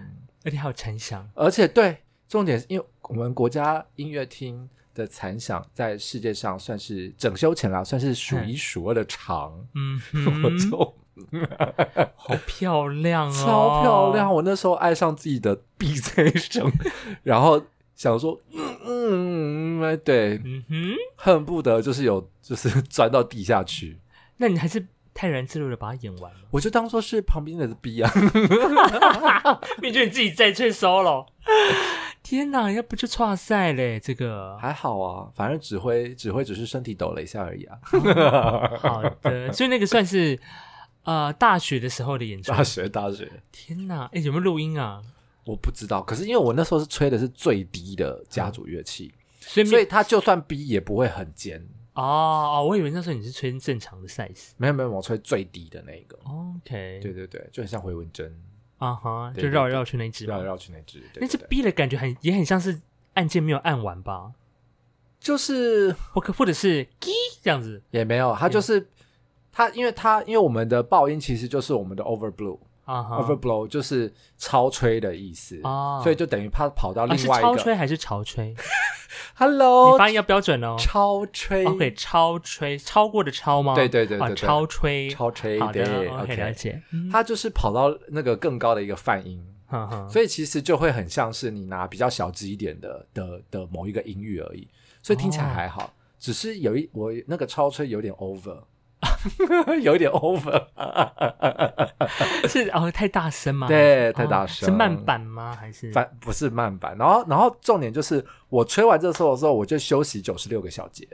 Speaker 3: 而且还有沉响，
Speaker 2: 而且对，重点是因为我们国家音乐厅的残响在世界上算是整修前啦，算是数一数二的长，
Speaker 3: 嗯
Speaker 2: *laughs* 我
Speaker 3: 哼，
Speaker 2: 就
Speaker 3: 好漂亮哦，
Speaker 2: 超漂亮！，我那时候爱上自己的 B C 声，然后想说，嗯嗯，嗯对，
Speaker 3: 嗯哼，
Speaker 2: 恨不得就是有就是 *laughs* 钻到地下去。
Speaker 3: 那你还是泰然自若的把它演完
Speaker 2: *laughs*
Speaker 3: 了，
Speaker 2: 我就当做是旁边的 B 啊， *laughs*
Speaker 3: 你觉得你自己在吹 solo？天哪，要不就岔赛嘞？这
Speaker 2: *laughs*
Speaker 3: 个
Speaker 2: 还好啊，反正指挥指挥只是身体抖了一下而已啊。
Speaker 3: 好的，所以那个算是呃大学的时候的演出。
Speaker 2: *laughs* 大学大学，
Speaker 3: 天哪，哎，有没有录音啊？
Speaker 2: 我不知道，可是因为我那时候是吹的是最低的家族乐器，
Speaker 3: 所以没
Speaker 2: 所以它就算 B 也不会很尖。
Speaker 3: 哦哦，我以为那时候你是吹正常的 size。
Speaker 2: 没有没有，我吹最低的那一个。
Speaker 3: OK，
Speaker 2: 对对对，就很像回纹针，
Speaker 3: 啊哈，
Speaker 2: 对
Speaker 3: 就绕来绕去那一只
Speaker 2: 绕来
Speaker 3: 嘛。
Speaker 2: 绕去那只。对
Speaker 3: 那只
Speaker 2: 对对
Speaker 3: B 的感觉很也很像是按键没有按完吧，
Speaker 2: 就是
Speaker 3: 或可或者是叽这样子
Speaker 2: 也没有，它就是它，因为它因为我们的爆音其实就是我们的 overblow，
Speaker 3: 啊
Speaker 2: 哦
Speaker 3: 哈。
Speaker 2: overblow 就是超吹的意思，
Speaker 3: 哦
Speaker 2: 所以就等于他跑到
Speaker 3: 啊
Speaker 2: 另
Speaker 3: 是
Speaker 2: 外一
Speaker 3: 超
Speaker 2: 个。
Speaker 3: 吹还是潮吹？你
Speaker 2: Hello，
Speaker 3: 发音要标准哦。
Speaker 2: 超吹
Speaker 3: OK，超吹，超过的超吗？
Speaker 2: 对对对
Speaker 3: 啊
Speaker 2: 对对
Speaker 3: 超吹，
Speaker 2: 超吹
Speaker 3: 好的
Speaker 2: 对
Speaker 3: ，OK，
Speaker 2: OK
Speaker 3: 了解。嗯
Speaker 2: 他就是跑到那个更高的一个泛音，
Speaker 3: 哈哈，
Speaker 2: 所以其实就会很像是你拿比较小只一点的的的某一个音域而已，所以听
Speaker 3: 哦
Speaker 2: 起来还好，只是有一我那个超吹有点 over。有点 over，
Speaker 3: 嗯是哦，太大声吗？
Speaker 2: 对
Speaker 3: 哦
Speaker 2: 太大声
Speaker 3: 是慢板吗？还是 *laughs*
Speaker 2: *laughs* 反不是慢板，然后然后重点就是我吹完这首的时候，我就休息九十六个小节，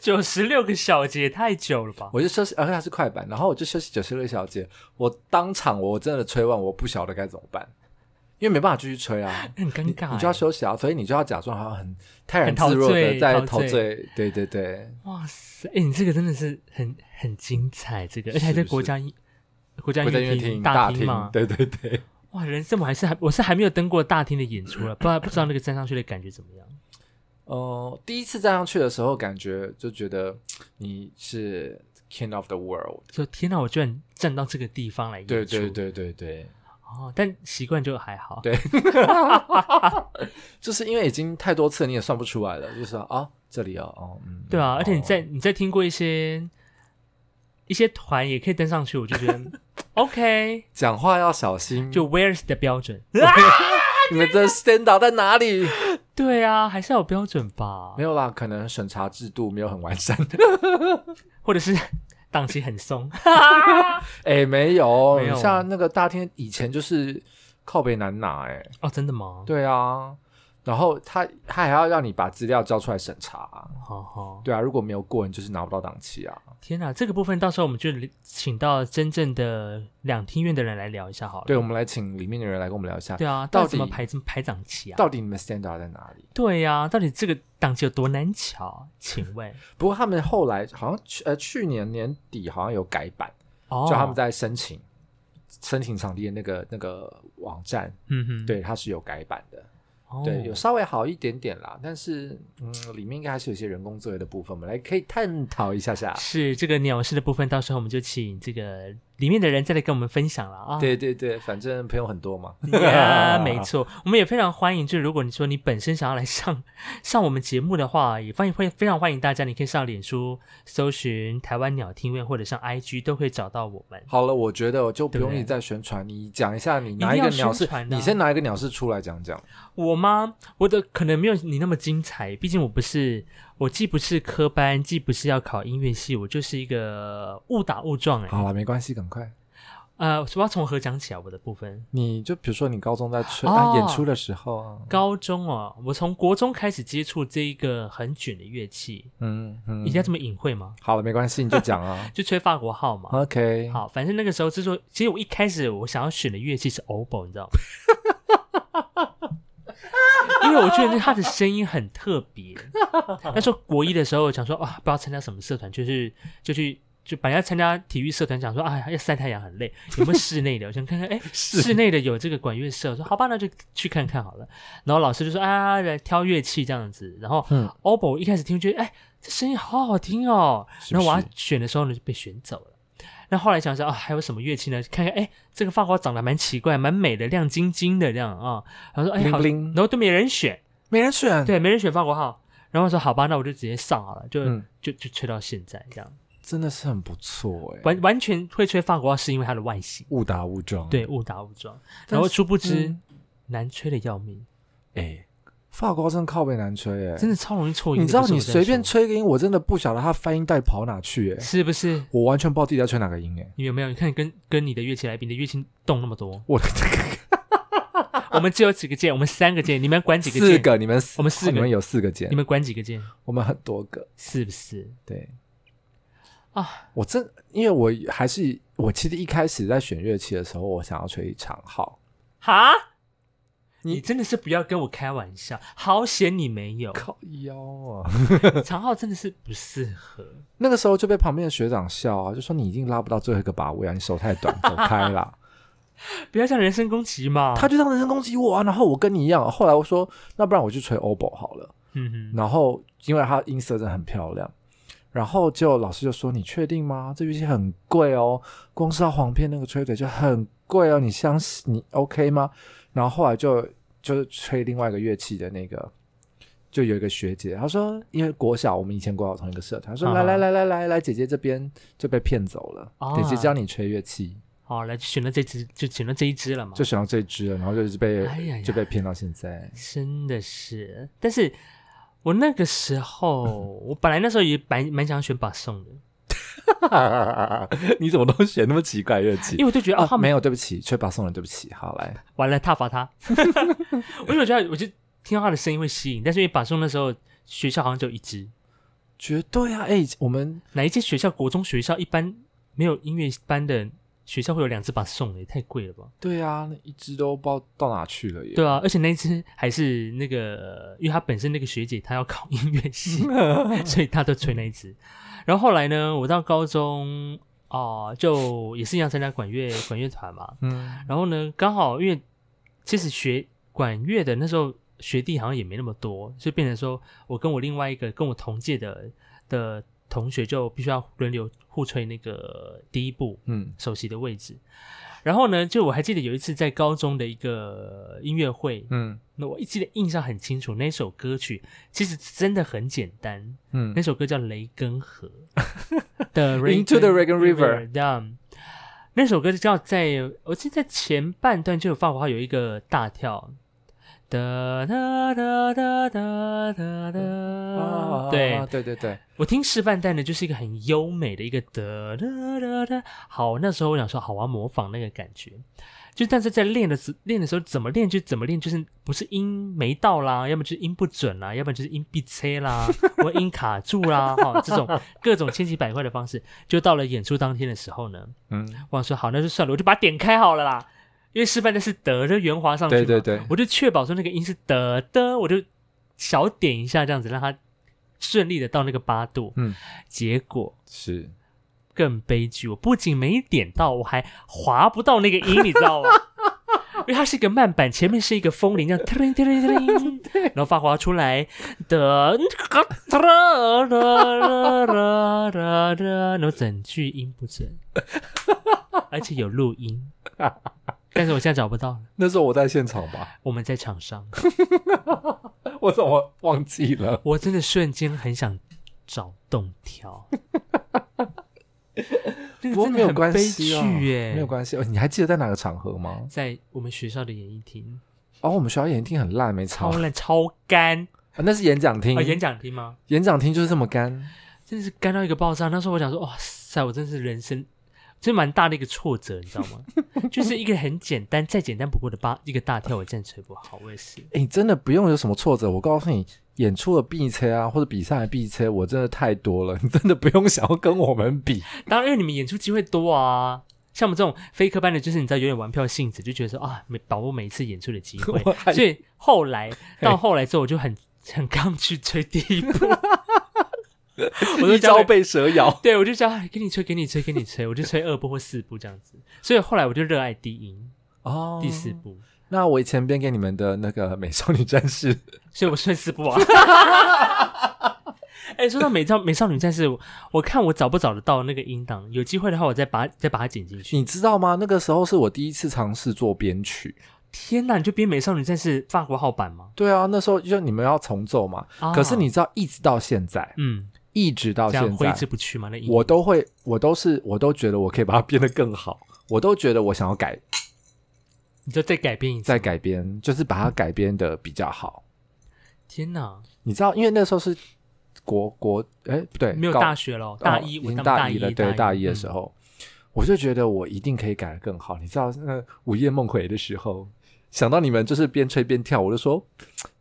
Speaker 3: 九十六个小节太久了吧？
Speaker 2: 我就休息，而且啊它是快板，然后我就休息九十六小节。我当场我真的吹完，我不晓得该怎么办，因为没办法继续
Speaker 3: *laughs*
Speaker 2: 吹啊，
Speaker 3: 很尴尬欸，
Speaker 2: 你就要休息啊，所以你就要假装好像很泰然
Speaker 3: 很陶
Speaker 2: 自若的
Speaker 3: 醉
Speaker 2: 在
Speaker 3: 陶
Speaker 2: 陶
Speaker 3: 醉
Speaker 2: 醉。对对对，
Speaker 3: 哇塞，哎、你这个真的是很很精彩，这个而且还在
Speaker 2: 是不是
Speaker 3: 国家音国家
Speaker 2: 我在音
Speaker 3: 乐
Speaker 2: 乐
Speaker 3: 厅
Speaker 2: 厅
Speaker 3: 大
Speaker 2: 厅
Speaker 3: 嘛，。
Speaker 2: 对对对，
Speaker 3: 哇，人生我还是还我是还没有登过大厅的演出
Speaker 2: *laughs*
Speaker 3: 了，不然不知道那个站上去的感觉怎么样。
Speaker 2: 呃，第一次站上去的时候，感觉就觉得你是 king of the world。
Speaker 3: 就天哪，我居然站到这个地方来演出，
Speaker 2: 对对对对对，
Speaker 3: 哦，但习惯就还好。
Speaker 2: 对就是因为已经太多次，你也算不出来了，就是啊、哦这里哦，哦，嗯，
Speaker 3: 对啊，而且你
Speaker 2: 哦
Speaker 3: 在你在听过一些一些团也可以登上去，我就觉得
Speaker 2: *laughs*
Speaker 3: OK，
Speaker 2: 讲话要小心，
Speaker 3: 就 Where's 的标准？
Speaker 2: *laughs* 你们的 stand out 在哪里？
Speaker 3: 对啊，还是要有标准吧
Speaker 2: 没，有啦，可能审查制度没有很完善。 *laughs*
Speaker 3: 或者是档期很松。
Speaker 2: 哎、没有，
Speaker 3: 没有
Speaker 2: 像那个大厅以前就是靠北难拿、哎，
Speaker 3: 哦，真的吗？
Speaker 2: 对啊，然后他他还要让你把资料交出来审查、
Speaker 3: 好好。
Speaker 2: 对啊，如果没有过，你就是拿不到档期啊。
Speaker 3: 天哪，这个部分到时候我们就请到真正的两厅院的人来聊一下好了。
Speaker 2: 对，我们来请里面的人来跟我们聊一下，
Speaker 3: 对啊，
Speaker 2: 到
Speaker 3: 到底怎么
Speaker 2: 底
Speaker 3: 排怎么排档期啊？
Speaker 2: 到底你们 stand out 在哪里？
Speaker 3: 对呀、啊，到底这个档期有多难抢？请问，
Speaker 2: 不过他们后来好像去呃去年年底好像有改版，
Speaker 3: 哦，
Speaker 2: *laughs* 就他们在申请申请场地的那个那个网站，
Speaker 3: 嗯哼，
Speaker 2: 对，它是有改版的。
Speaker 3: 哦
Speaker 2: 对，有稍微好一点点啦，但是嗯，里面应该还是有一些人工作业的部分，我们来可以探讨一下下。
Speaker 3: 是这个鸟事的部分，到时候我们就请这个里面的人再来跟我们分享了 *laughs* 啊。
Speaker 2: 对对对，反正朋友很多嘛。 *laughs*
Speaker 3: 呀没错，我们也非常欢迎。就是如果你说你本身想要来上上我们节目的话，也欢迎会非常欢迎大家，你可以上脸书搜寻台湾鸟听院，或者上 IG 都可以找到我们。
Speaker 2: 好了，我觉得我就不
Speaker 3: 对
Speaker 2: 用
Speaker 3: 不对
Speaker 2: 你再宣传，你讲一下你
Speaker 3: 一
Speaker 2: 拿
Speaker 3: 定
Speaker 2: 个
Speaker 3: 要
Speaker 2: 鸟
Speaker 3: 宣
Speaker 2: 事
Speaker 3: 传，的啊
Speaker 2: 你先拿一个鸟事出来讲讲。
Speaker 3: 我吗？我的可能没有你那么精彩，毕竟我不是，我既不是科班，既不是要考音乐系，我就是一个误打误撞哎、
Speaker 2: 好了，没关系，赶快。
Speaker 3: 呃，我要从何讲起啊？我的部分，
Speaker 2: 你就比如说你高中在吹、
Speaker 3: 哦
Speaker 2: 啊演出的时候啊，
Speaker 3: 高中哦，我从国中开始接触这一个很卷的乐器，
Speaker 2: 嗯嗯
Speaker 3: 一，定要这么隐晦吗？
Speaker 2: 好了，没关系，你就
Speaker 3: *laughs*
Speaker 2: 讲啊
Speaker 3: 就吹法国号嘛。
Speaker 2: ，OK，
Speaker 3: 好，反正那个时候之所以，其实我一开始我想要选的乐器是 oboe，你知道吗？因为我觉得他的声音很特别。那时候国一的时候，想说啊，不知道参加什么社团，就是就去就本来要参加体育社团，想说啊要晒太阳很累，有没有室内的？我想看看，
Speaker 2: *laughs*
Speaker 3: 哎、室内的有这个管乐社，我说好吧，那就去看看好了。然后老师就说啊，来挑乐器这样子。然后
Speaker 2: 嗯
Speaker 3: oboe 一开始听觉得哎、这声音好好听哦，
Speaker 2: 是
Speaker 3: 然
Speaker 2: 不
Speaker 3: 后我要
Speaker 2: 是
Speaker 3: 选的时候呢就被选走了。那后来想想啊，还有什么乐器呢？看看，哎，这个法国长得蛮奇怪，蛮美的，亮晶晶的这样啊。然后说，哎，好，
Speaker 2: 灵灵
Speaker 3: 然后都没人选，
Speaker 2: 没人 *laughs* 选，
Speaker 3: 对，没人选法国号。然后我说，好吧，那我就直接上好了，就、
Speaker 2: 嗯
Speaker 3: 就就吹到现在这样，
Speaker 2: 真的是很不错哎、
Speaker 3: 完完全会吹法国号是因为它的外形，
Speaker 2: 误打误撞，
Speaker 3: 对，误打误撞。
Speaker 2: 但是，
Speaker 3: 然后殊不知、
Speaker 2: 嗯
Speaker 3: 难吹的要命，
Speaker 2: 哎、发国真的靠背难吹哎、
Speaker 3: 真的超容易错音的。
Speaker 2: 你知道
Speaker 3: 不是
Speaker 2: 你
Speaker 3: 我在
Speaker 2: 随便
Speaker 3: 说
Speaker 2: 吹个音，我真的不晓得它发音带跑哪去哎、
Speaker 3: 是不是？
Speaker 2: 我完全不知道自己在吹哪个音哎、，
Speaker 3: 你有没有？你看跟跟你的乐器来比，你的乐器动那么多 *laughs*
Speaker 2: 我的这个
Speaker 3: 我们只有几个键，我们三个键，你们管几个键？
Speaker 2: 四个，你们
Speaker 3: 我们四个
Speaker 2: 你们有四个键
Speaker 3: 你，们管几个键？
Speaker 2: 我们很多个。
Speaker 3: 是不是？
Speaker 2: 对
Speaker 3: 啊，
Speaker 2: 我真因为我还是我其实一开始在选乐器的时候，我想要吹长号，
Speaker 3: 哈，
Speaker 2: 你
Speaker 3: 你真的是不要跟我开玩笑，好险你没有，
Speaker 2: 靠腰啊！
Speaker 3: 长号真的是不适合。
Speaker 2: 那个时候就被旁边的学长笑啊，就说你已经拉不到最后一个把位啊，你手太短，走开
Speaker 3: *laughs*
Speaker 2: 啦！
Speaker 3: 不要像人身攻击嘛。
Speaker 2: 他就让人身攻击我啊，然后我跟你一样。后来我说，那不然我去吹 oboe 好了。
Speaker 3: 嗯哼，
Speaker 2: 然后因为它音色真的很漂亮，然后就老师就说：“你确定吗？这乐器很贵哦，光是它簧片那个吹嘴就很贵哦，你相信你 OK 吗？”然后后来就就是吹另外一个乐器的那个，就有一个学姐，她说：“因为国小我们以前国小同一个社团，她说
Speaker 3: 啊
Speaker 2: 来来来来来来，姐姐这边就被骗走了，
Speaker 3: 啊
Speaker 2: 姐姐教你吹乐器，
Speaker 3: 好，来就选了这只，就选了这一只了嘛。
Speaker 2: 就选到这支了，然后就是被、
Speaker 3: 哎呀呀
Speaker 2: 就被骗到现在。”
Speaker 3: 真的是，但是我那个时候，我本来那时候也蛮蛮想选把送的，
Speaker 2: *laughs* 你怎么都选那么奇怪乐器
Speaker 3: 因为我就觉得哦，他
Speaker 2: 没
Speaker 3: 们
Speaker 2: 有，对不起，吹巴送人，对不起。好，来，
Speaker 3: 完了踏伐他，我就觉得我就听到他的声音会吸引，但是因为把送那时候学校好像只有一只，
Speaker 2: 绝对啊！哎、我们
Speaker 3: 哪一间学校国中学校一般没有音乐班的学校会有两只把送的，也太贵了吧？
Speaker 2: 对啊，那一只都不知道到哪去了耶。
Speaker 3: 对啊，而且那一只还是那个，因为他本身那个学姐她要考音乐系，所以她都吹那一只。然后后来呢，我到高中啊、就也是一样参加管乐管乐团嘛。
Speaker 2: 嗯，
Speaker 3: 然后呢，刚好因为其实学管乐的那时候学弟好像也没那么多，所以变成说我跟我另外一个跟我同届的的同学就必须要轮流互吹那个第一部，
Speaker 2: 嗯
Speaker 3: 首席的位置。然后呢，就我还记得有一次在高中的一个音乐会，
Speaker 2: 嗯
Speaker 3: 那我一记得印象很清楚，那首歌曲其实真的很简单，
Speaker 2: 嗯
Speaker 3: 那首歌叫《雷根河》
Speaker 2: *laughs*
Speaker 3: 的《
Speaker 2: Into the Reagan River》
Speaker 3: 这样。那首歌就叫在，我记得在前半段就有法国号有一个大跳，哒哒哒哒哒哒哒，嗯对，
Speaker 2: 啊对对对，
Speaker 3: 我听示范带呢，就是一个很优美的一个的哒哒哒。好，那时候我想说，好，我要模仿那个感觉。就但是在练的时练的时候，怎么练就怎么练，就是不是音没到啦，要么就是音不准啦，要么就是音闭塞啦，或音卡住啦，哈、这种各种千奇百怪的方式。就到了演出当天的时候呢，
Speaker 2: 嗯，
Speaker 3: 我想说好，那就算了，我就把它点开好了啦，因为示范带是得就圆滑上去嘛，
Speaker 2: 对对
Speaker 3: *laughs*
Speaker 2: 对，
Speaker 3: 我就确保说那个音是的的，我就小点一下，这样子让它顺利的到那个八度。
Speaker 2: 嗯，
Speaker 3: 结果
Speaker 2: 是
Speaker 3: 更悲剧，我不仅没点到，我还滑不到那个音，你知道吗？因为它是一个慢板，前面是一个风铃，这样叮叮叮叮，然后发滑出来的，然后整句音不准，而且有录音， *laughs* 但是我现在找不到了，
Speaker 2: 那时候我在现场吧， *laughs*
Speaker 3: 我们在场上。
Speaker 2: 我怎么忘记了？
Speaker 3: 我真的瞬间很想找洞
Speaker 2: *laughs*
Speaker 3: 条。那个
Speaker 2: 不过
Speaker 3: 真
Speaker 2: 没
Speaker 3: 的
Speaker 2: 有
Speaker 3: 很
Speaker 2: 关
Speaker 3: 悲
Speaker 2: 系
Speaker 3: 剧
Speaker 2: 啊，
Speaker 3: 耶、
Speaker 2: 没有关系。哦你还记得在哪个场合吗？
Speaker 3: 在我们学校的演艺厅，
Speaker 2: 哦，我们学校演厅很烂，没吵
Speaker 3: 超。烂超干
Speaker 2: 啊那是演讲厅
Speaker 3: 啊！，演讲厅吗？
Speaker 2: 演讲厅就是这么干。
Speaker 3: 真的是干到一个爆炸。那时候我想说，哇塞，我真是人生这蛮大的一个挫折，你知道吗？ *laughs* 就是一个很简单、再简单不过的八一个大跳，我真的吹不好，我也是。
Speaker 2: 哎、你真的不用有什么挫折，我告诉你，演出的必车啊，或者比赛的必车，我真的太多了，你 *laughs* 真的不用想要跟我们比。
Speaker 3: 当然，因为你们演出机会多啊。像我们这种非科班的，就是你知道有点玩票性质，就觉得说啊，没把握每一次演出的机
Speaker 2: *laughs* 我
Speaker 3: 会。
Speaker 2: 还
Speaker 3: 所以后来到后来之后，我就很 *laughs* 很抗拒吹第一步，我就
Speaker 2: 一
Speaker 3: 交
Speaker 2: 朝
Speaker 3: 给
Speaker 2: 被蛇咬。
Speaker 3: *laughs* 对我就叫哎给你吹，给你吹，给你吹，我就 *laughs* 吹二步或四步这样子。所以后来我就热爱低音，
Speaker 2: 哦
Speaker 3: 第四步，
Speaker 2: 那我以前编给你们的那个《美少女战士》 *laughs*
Speaker 3: 所以我吹四步啊。 *laughs* 哎、说到美少美少女战士，我我看我找不找得到那个音档，有机会的话，我再把它再把它剪进去。
Speaker 2: 你知道吗？那个时候是我第一次尝试做编曲。
Speaker 3: 天呐，你就编《美少女战士》法国号版吗？
Speaker 2: 对啊，那时候就你们要重奏嘛。
Speaker 3: 啊
Speaker 2: 可是你知道，一直到现在，
Speaker 3: 嗯，
Speaker 2: 一直到
Speaker 3: 这样
Speaker 2: 现
Speaker 3: 挥
Speaker 2: 在，
Speaker 3: 之不去吗？那音
Speaker 2: 我都会，我都是，我都觉得我可以把它编得更好。我都觉得我想要改，
Speaker 3: 你就再改编一次。
Speaker 2: 再改编，就是把它改编的比较好。
Speaker 3: 天呐，
Speaker 2: 你知道，因为那时候是国国，哎、不对，
Speaker 3: 没有
Speaker 2: 高
Speaker 3: 大学了，大一
Speaker 2: 哦已
Speaker 3: 我
Speaker 2: 经
Speaker 3: 当
Speaker 2: 大
Speaker 3: 一嗯
Speaker 2: 了，对，大一的时
Speaker 3: 候，
Speaker 2: 候，我就觉得我一定可以改得更好。你知道，那午夜梦回的时候，想到你们就是边吹边跳，我就说，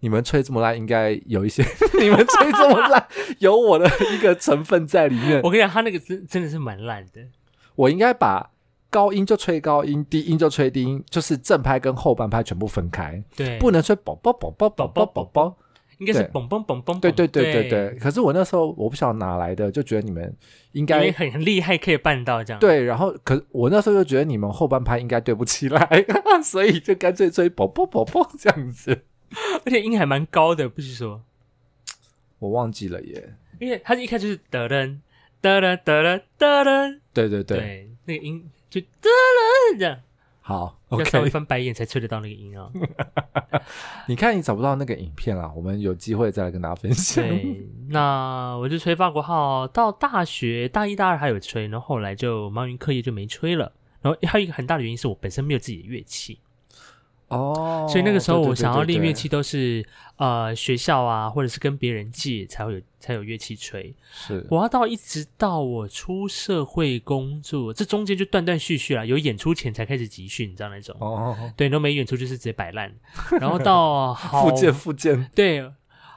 Speaker 2: 你们吹这么烂，应该有一些， *laughs* 你们吹这么烂，有我的一个成分在里面 *laughs*
Speaker 3: 嗯我。跟你讲，他那个真真的是蛮烂的。
Speaker 2: 我应该把高音就吹高音，低音就吹低音，就是正拍跟后半拍全部分开，
Speaker 3: 对，
Speaker 2: 不能吹宝宝宝宝宝宝宝宝。
Speaker 3: 应该是
Speaker 2: 对
Speaker 3: 嘣嘣嘣嘣。
Speaker 2: 对对对对
Speaker 3: 哦对
Speaker 2: 对。可是我那时候我不晓得哪来的，就觉得你们应
Speaker 3: 因为
Speaker 2: 该
Speaker 3: 很很厉害，可以办到这样。，
Speaker 2: 对，然后可我那时候就觉得你们后半拍应该对不起来， *laughs* 所以就干脆吹宝宝宝宝这样子。
Speaker 3: 而且音还蛮高的，不许说，
Speaker 2: 我忘记了耶。
Speaker 3: 因为他一开始就是得噔得噔得噔得噔，
Speaker 2: 对对对，
Speaker 3: 对，那个音就得噔这样，
Speaker 2: 好
Speaker 3: 要稍微
Speaker 2: ，OK。
Speaker 3: 翻白眼才吹得到那个
Speaker 2: *laughs*
Speaker 3: 音啊。
Speaker 2: 你看你找不到那个影片啦，我们有机会再来跟大家分享。
Speaker 3: 对，那我就吹法国号，到大学大一、大二还有吹，然后后来就忙于课业就没吹了。然后还有一个很大的原因是我本身没有自己的乐器，
Speaker 2: 哦，
Speaker 3: 所以那个时候
Speaker 2: 对
Speaker 3: 我想要练乐，器
Speaker 2: 对对对对
Speaker 3: 都是呃学校啊，或者是跟别人借才会有才有乐器吹。
Speaker 2: 是
Speaker 3: 我要到一直到我出社会工作，这中间就断断续续啦，有演出前才开始集训，你知道那种。
Speaker 2: 哦，
Speaker 3: 对，都没演出就是直接摆
Speaker 2: *laughs*
Speaker 3: 烂，然后到好
Speaker 2: 附件附件，
Speaker 3: 对，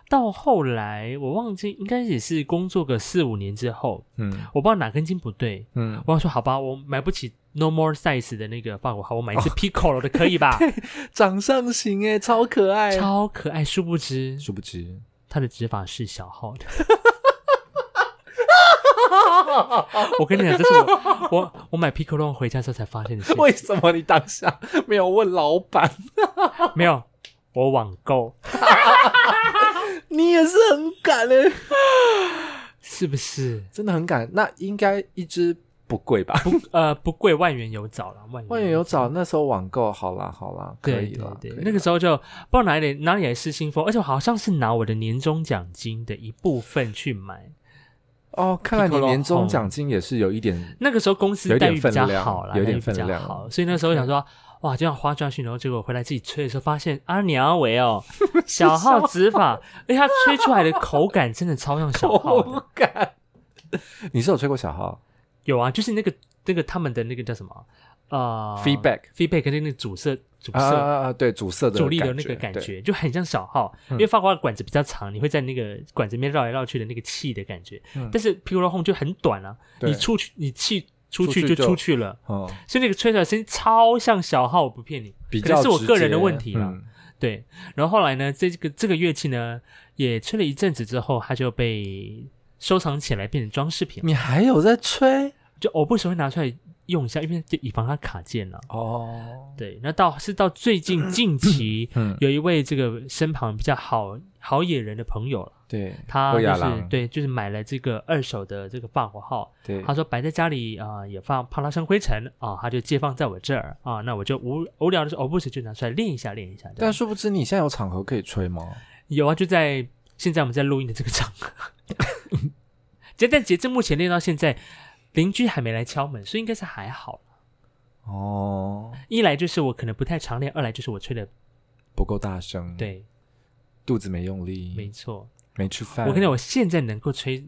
Speaker 3: 到后来我忘记，应该也是工作个四五年之后，
Speaker 2: 嗯
Speaker 3: 我不知道哪根筋不对，
Speaker 2: 嗯，
Speaker 3: 我想说好吧，我买不起 No More Size 的那个法国号，我买一
Speaker 2: 哦
Speaker 3: 只 Piccolo 的可以
Speaker 2: *laughs*
Speaker 3: 吧？
Speaker 2: 掌上型哎，超可爱。
Speaker 3: 超可爱，殊不知
Speaker 2: 殊不知，
Speaker 3: 它的指法是小号
Speaker 2: *laughs*
Speaker 3: 的。我跟你讲，这是我我我买 Piccolo 回家之后才发现的事情，
Speaker 2: 为什么你当下没有问老板？
Speaker 3: 没有，我网购。
Speaker 2: 你也是很敢
Speaker 3: 欸
Speaker 2: 嘞，
Speaker 3: 是不是？
Speaker 2: *laughs* 真的很敢。那应该一只不贵吧？
Speaker 3: 呃，不贵，万元有找了，万元
Speaker 2: 万元有找那时候网购，好啦好啦，可
Speaker 3: 对
Speaker 2: 以
Speaker 3: 对
Speaker 2: 了。
Speaker 3: 对
Speaker 2: 可以
Speaker 3: 那个
Speaker 2: 啦
Speaker 3: 时候就不知道哪里哪里来失心疯，而且我好像是拿我的年终奖金的一部分去买。
Speaker 2: 哦，看来你
Speaker 3: Piccolo
Speaker 2: 年终
Speaker 3: 红
Speaker 2: 奖金也是有一点
Speaker 3: 那个时候公司待遇比较好啦，
Speaker 2: 有点
Speaker 3: 待遇比
Speaker 2: 分
Speaker 3: 较
Speaker 2: 量有点分量
Speaker 3: 好，所以那时候想说，哇，这样花下去，然后结果回来自己吹的时候，发现阿娘维
Speaker 2: *laughs*
Speaker 3: 哦，小号指法，而且它吹出来的口感真的超像小号的。
Speaker 2: *laughs* 口感。你是有吹过小号
Speaker 3: 有啊，就是那个那个他们的那个叫什么呃
Speaker 2: Feedback
Speaker 3: feedback 跟那个阻塞阻
Speaker 2: 啊啊
Speaker 3: 塞。
Speaker 2: 啊？啊对，主色
Speaker 3: *laughs*
Speaker 2: 的
Speaker 3: 主力的
Speaker 2: 感
Speaker 3: 那个感
Speaker 2: 对嗯
Speaker 3: 觉就很像小号，因为法国的管子比较长，你会在那个管子里面绕来绕去的那个气的感觉。
Speaker 2: 嗯
Speaker 3: 但是 p i c o l o Home 就很短啊，
Speaker 2: 对
Speaker 3: 你出去，你气出
Speaker 2: 出
Speaker 3: 去
Speaker 2: 去
Speaker 3: 就
Speaker 2: 就
Speaker 3: 出去了，
Speaker 2: 哦，
Speaker 3: 所以那个吹出来的声音超像小号，我不骗你，
Speaker 2: 比
Speaker 3: 可
Speaker 2: 较
Speaker 3: 能是我
Speaker 2: 直
Speaker 3: 个人的
Speaker 2: 接
Speaker 3: 问题啦。
Speaker 2: 嗯
Speaker 3: 对，然后后来呢，这个这个乐器呢，也吹了一阵子之后，它就被收藏起来变成装饰品了，
Speaker 2: 你还有在吹
Speaker 3: 就偶不时会拿出来用一下，因为就以防它卡键了、
Speaker 2: 哦？
Speaker 3: 对，那到是到最
Speaker 2: *laughs*
Speaker 3: 近近期，
Speaker 2: 嗯，
Speaker 3: 有一位这个身旁比较好好野人的朋友了，
Speaker 2: 对，
Speaker 3: 他
Speaker 2: 欧
Speaker 3: 就
Speaker 2: 亚
Speaker 3: 是
Speaker 2: 郎
Speaker 3: 对，就是买了这个二手的这个法国号，
Speaker 2: 对，
Speaker 3: 他说摆在家里啊、呃也放怕它生灰尘啊，他就借放在我这儿啊，那我就无无聊的时候，偶哦不时就拿出来练一下练一下。这样
Speaker 2: 但殊不知你现在有场合可以吹吗？
Speaker 3: 有啊，就在现在我们在录音的这个场合， *laughs* 截但截至目前练到现在，邻居还没来敲门，所以应该是还好。
Speaker 2: 哦，
Speaker 3: 一来就是我可能不太常练，二来就是我吹的
Speaker 2: 嗯不够大声，，
Speaker 3: 对，
Speaker 2: 肚子没用力，
Speaker 3: 没错。
Speaker 2: 没吃饭。
Speaker 3: 我跟你讲，我现在能够吹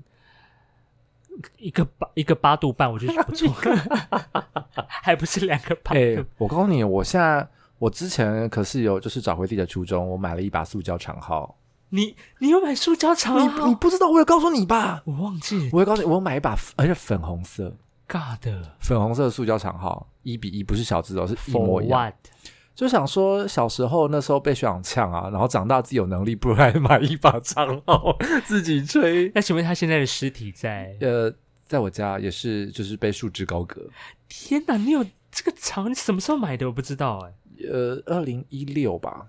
Speaker 3: 一个八一个八度半，我就觉得不
Speaker 2: *laughs*
Speaker 3: 错， *laughs* 还不是两个八
Speaker 2: 哎、
Speaker 3: 度。
Speaker 2: 我告诉你，我现在我之前可是有就是找回自己的初衷，我买了一把塑胶长号。
Speaker 3: 你你有买塑胶啊长
Speaker 2: 你你
Speaker 3: 号？
Speaker 2: 不知道，我有告诉你吧？
Speaker 3: 我忘记
Speaker 2: 我有告诉你，我有买一把，而且粉红色，
Speaker 3: God
Speaker 2: 粉红色的塑胶长号，一比一，不是小字哦，是一模
Speaker 3: for
Speaker 2: 一样。
Speaker 3: what？
Speaker 2: 就想说小时候那时候被学长呛啊，然后长大自己有能力，不如来买一把长号自己吹。
Speaker 3: 那请问他现在的尸体在？
Speaker 2: 呃，在我家也是，就是被束之高阁。
Speaker 3: 天哪，你有这个长？你什么时候买的？我不知道哎、
Speaker 2: 呃，二零一六吧，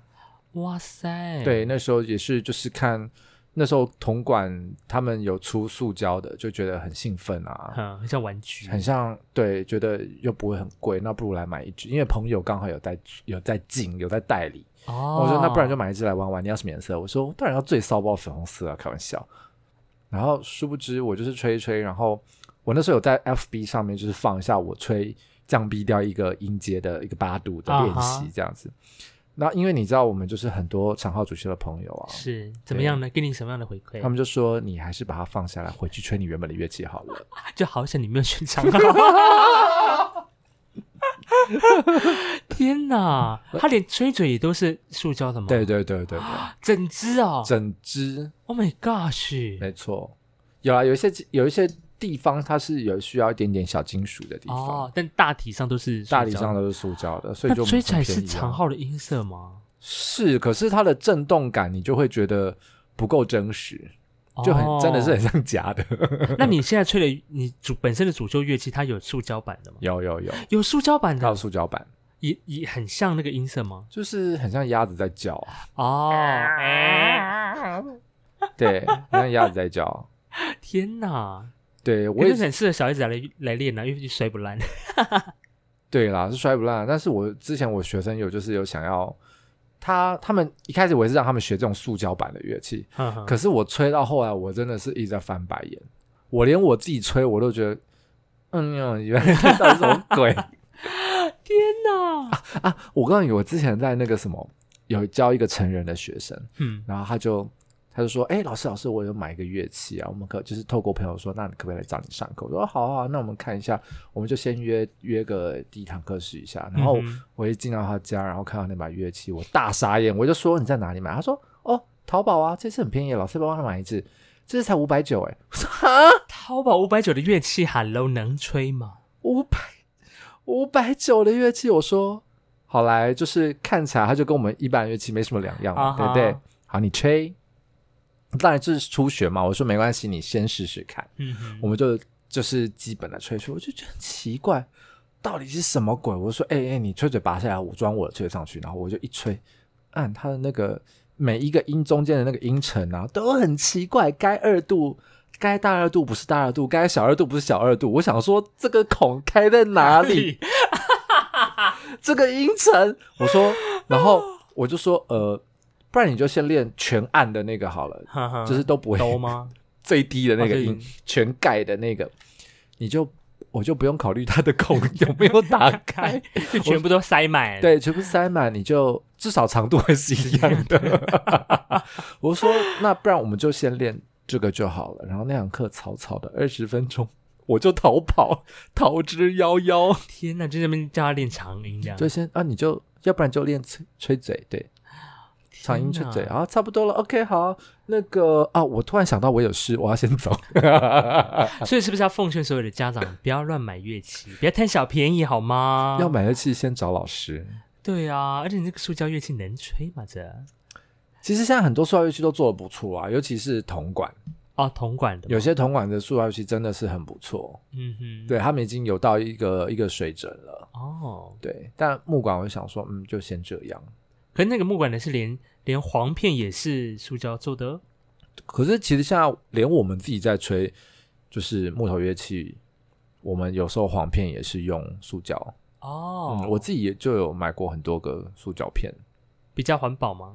Speaker 3: 哇塞！
Speaker 2: 对，那时候也是就是看那时候铜管他们有出塑胶的，就觉得很兴奋啊，
Speaker 3: 嗯，很像玩具，
Speaker 2: 很像对，觉得又不会很贵，那不如来买一支，因为朋友刚好有在有在进有在代理，
Speaker 3: 哦。
Speaker 2: 我说那不然就买一支来玩玩，你要什么颜色？我说当然要最骚包粉红色啊，开玩笑。然后殊不知我就是吹一吹，然后我那时候有在 FB 上面就是放一下我吹降 B 调一个音阶的一个八度的练
Speaker 3: 啊
Speaker 2: 习
Speaker 3: 哈
Speaker 2: 这样子。那因为你知道我们就是很多长号主修的朋友啊，
Speaker 3: 是怎么样呢？给你什么样的回馈？
Speaker 2: 他们就说你还是把它放下来，回去吹你原本的乐器好了。
Speaker 3: 就好想你没有选长号。
Speaker 2: *laughs*
Speaker 3: 天哪，他连吹嘴也都是塑胶的吗？
Speaker 2: 对，对对对对，
Speaker 3: 整只哦。
Speaker 2: 整支
Speaker 3: Oh my gosh！
Speaker 2: 没错，有啊，有一些有一些地方它是有需要一点点小金属的地方。
Speaker 3: 哦，但大体上都是塑胶
Speaker 2: 大体上。都是塑胶的，所以
Speaker 3: 那
Speaker 2: 就
Speaker 3: 吹起来
Speaker 2: 很便
Speaker 3: 是
Speaker 2: 宜啊
Speaker 3: 长号的音色吗？
Speaker 2: 是，可是它的震动感你就会觉得不够真实，就很、真的是很
Speaker 3: 哦。
Speaker 2: 像假的。 *laughs*
Speaker 3: 那你现在吹的，你主本身的主修乐器，它有塑胶版的吗？
Speaker 2: 有有有，
Speaker 3: 有塑胶版
Speaker 2: 它有
Speaker 3: 的，
Speaker 2: 塑胶版，
Speaker 3: 也也很像那个音色吗？
Speaker 2: 就是很像鸭子在叫啊，
Speaker 3: 哦，哎
Speaker 2: 对，很像鸭子在叫。啊
Speaker 3: 天哪！
Speaker 2: 对
Speaker 3: 我
Speaker 2: 我
Speaker 3: 也
Speaker 2: 也
Speaker 3: 是
Speaker 2: 是
Speaker 3: 很适合小孩子来来练啊，因为摔不烂。
Speaker 2: 对啦，是摔不烂。但是我之前我学生有就是有想要他他们一开始我也是让他们学这种塑胶版的乐器，可
Speaker 3: 可
Speaker 2: 是我吹到后来，我真的是一直在翻白眼，我连我自己吹我都觉得，嗯，原来这到底什么鬼？
Speaker 3: 真的啊，
Speaker 2: 啊，我告诉你，我之前在那个什么有教一个成人的学生，
Speaker 3: 嗯，
Speaker 2: 然后他就他就说，哎、老师老师，我有买一个乐器啊，我们可就是透过朋友说，那你可不可以来找你上课？我说好啊，好啊那我们看一下，我们就先约约个第一堂课试一下。然后
Speaker 3: 嗯哼
Speaker 2: 我一进到他家，然后看到那把乐器，我大傻眼，我就说你在哪里买？他说哦，淘宝啊，这次很便宜，老师帮我买一支，这次才五百九哎，我说哈，
Speaker 3: 淘宝五百九的乐器，Hello，能吹吗？
Speaker 2: 五百五百九的乐器，我说好来，就是看起来它就跟我们一般乐器没什么两样嘛
Speaker 3: 啊哈
Speaker 2: 对不对？好，你吹，当然这是初学嘛，我说没关系，你先试试看，
Speaker 3: 嗯哼
Speaker 2: 我们就就是基本的吹吹，我就觉得很奇怪，到底是什么鬼？我说，哎、哎、你吹嘴拔下来，我装我的吹上去，然后我就一吹，按它的那个每一个音中间的那个音程啊，都很奇怪，该二度。该大二度不是大二度，该小二度不是小二度。我想说这个孔开在哪里？这个音程，我说，然后我就说，呃，不然你就先练全按的那个好了，
Speaker 3: *laughs* 哈哈
Speaker 2: 就是都不会
Speaker 3: 兜
Speaker 2: *laughs*
Speaker 3: 吗？
Speaker 2: 最低的那
Speaker 3: 哦
Speaker 2: 个
Speaker 3: 最
Speaker 2: 音
Speaker 3: 低，
Speaker 2: 全盖的那个，你就我就不用考虑它的孔 *laughs* 有没有打
Speaker 3: *laughs*
Speaker 2: 开，
Speaker 3: 哎就全部都塞满。，
Speaker 2: 对，全部塞满，你就至少长度还是一
Speaker 3: *laughs*
Speaker 2: 样的。我说，那不然我们就先练这个就好了。然后那堂课草草的二十分钟，我就逃跑， *laughs* 逃之夭夭。
Speaker 3: 天哪，就在那边叫他练长音这样
Speaker 2: 就。先啊，你就要不然就练吹吹嘴，对，长音吹嘴
Speaker 3: 天
Speaker 2: 啊，差不多了，OK，好，那个啊，我突然想到我有事，我要先走。
Speaker 3: 所以是不是要奉劝所有的家长不要乱买乐器，不要贪小便宜好吗？
Speaker 2: 要。买乐器先找老师。
Speaker 3: 对啊，而且你这个塑胶乐器能吹吗？这
Speaker 2: 其实现在很多塑料乐器都做的不错啊，尤其是铜管，
Speaker 3: 哦，铜管的吗。
Speaker 2: 有些铜管的塑料乐器真的是很不错，
Speaker 3: 嗯哼。。
Speaker 2: 对他们已经有到一个一个水准了。
Speaker 3: 哦，
Speaker 2: 对，但木管我就想说，嗯，就先这样。
Speaker 3: 可是那个木管的是连连簧片也是塑胶做的。
Speaker 2: 可是其实现在连我们自己在吹，就是木头乐器，我们有时候簧片也是用塑胶。
Speaker 3: 哦
Speaker 2: 嗯，，我自己也就有买过很多个塑胶片。
Speaker 3: 比较环保吗？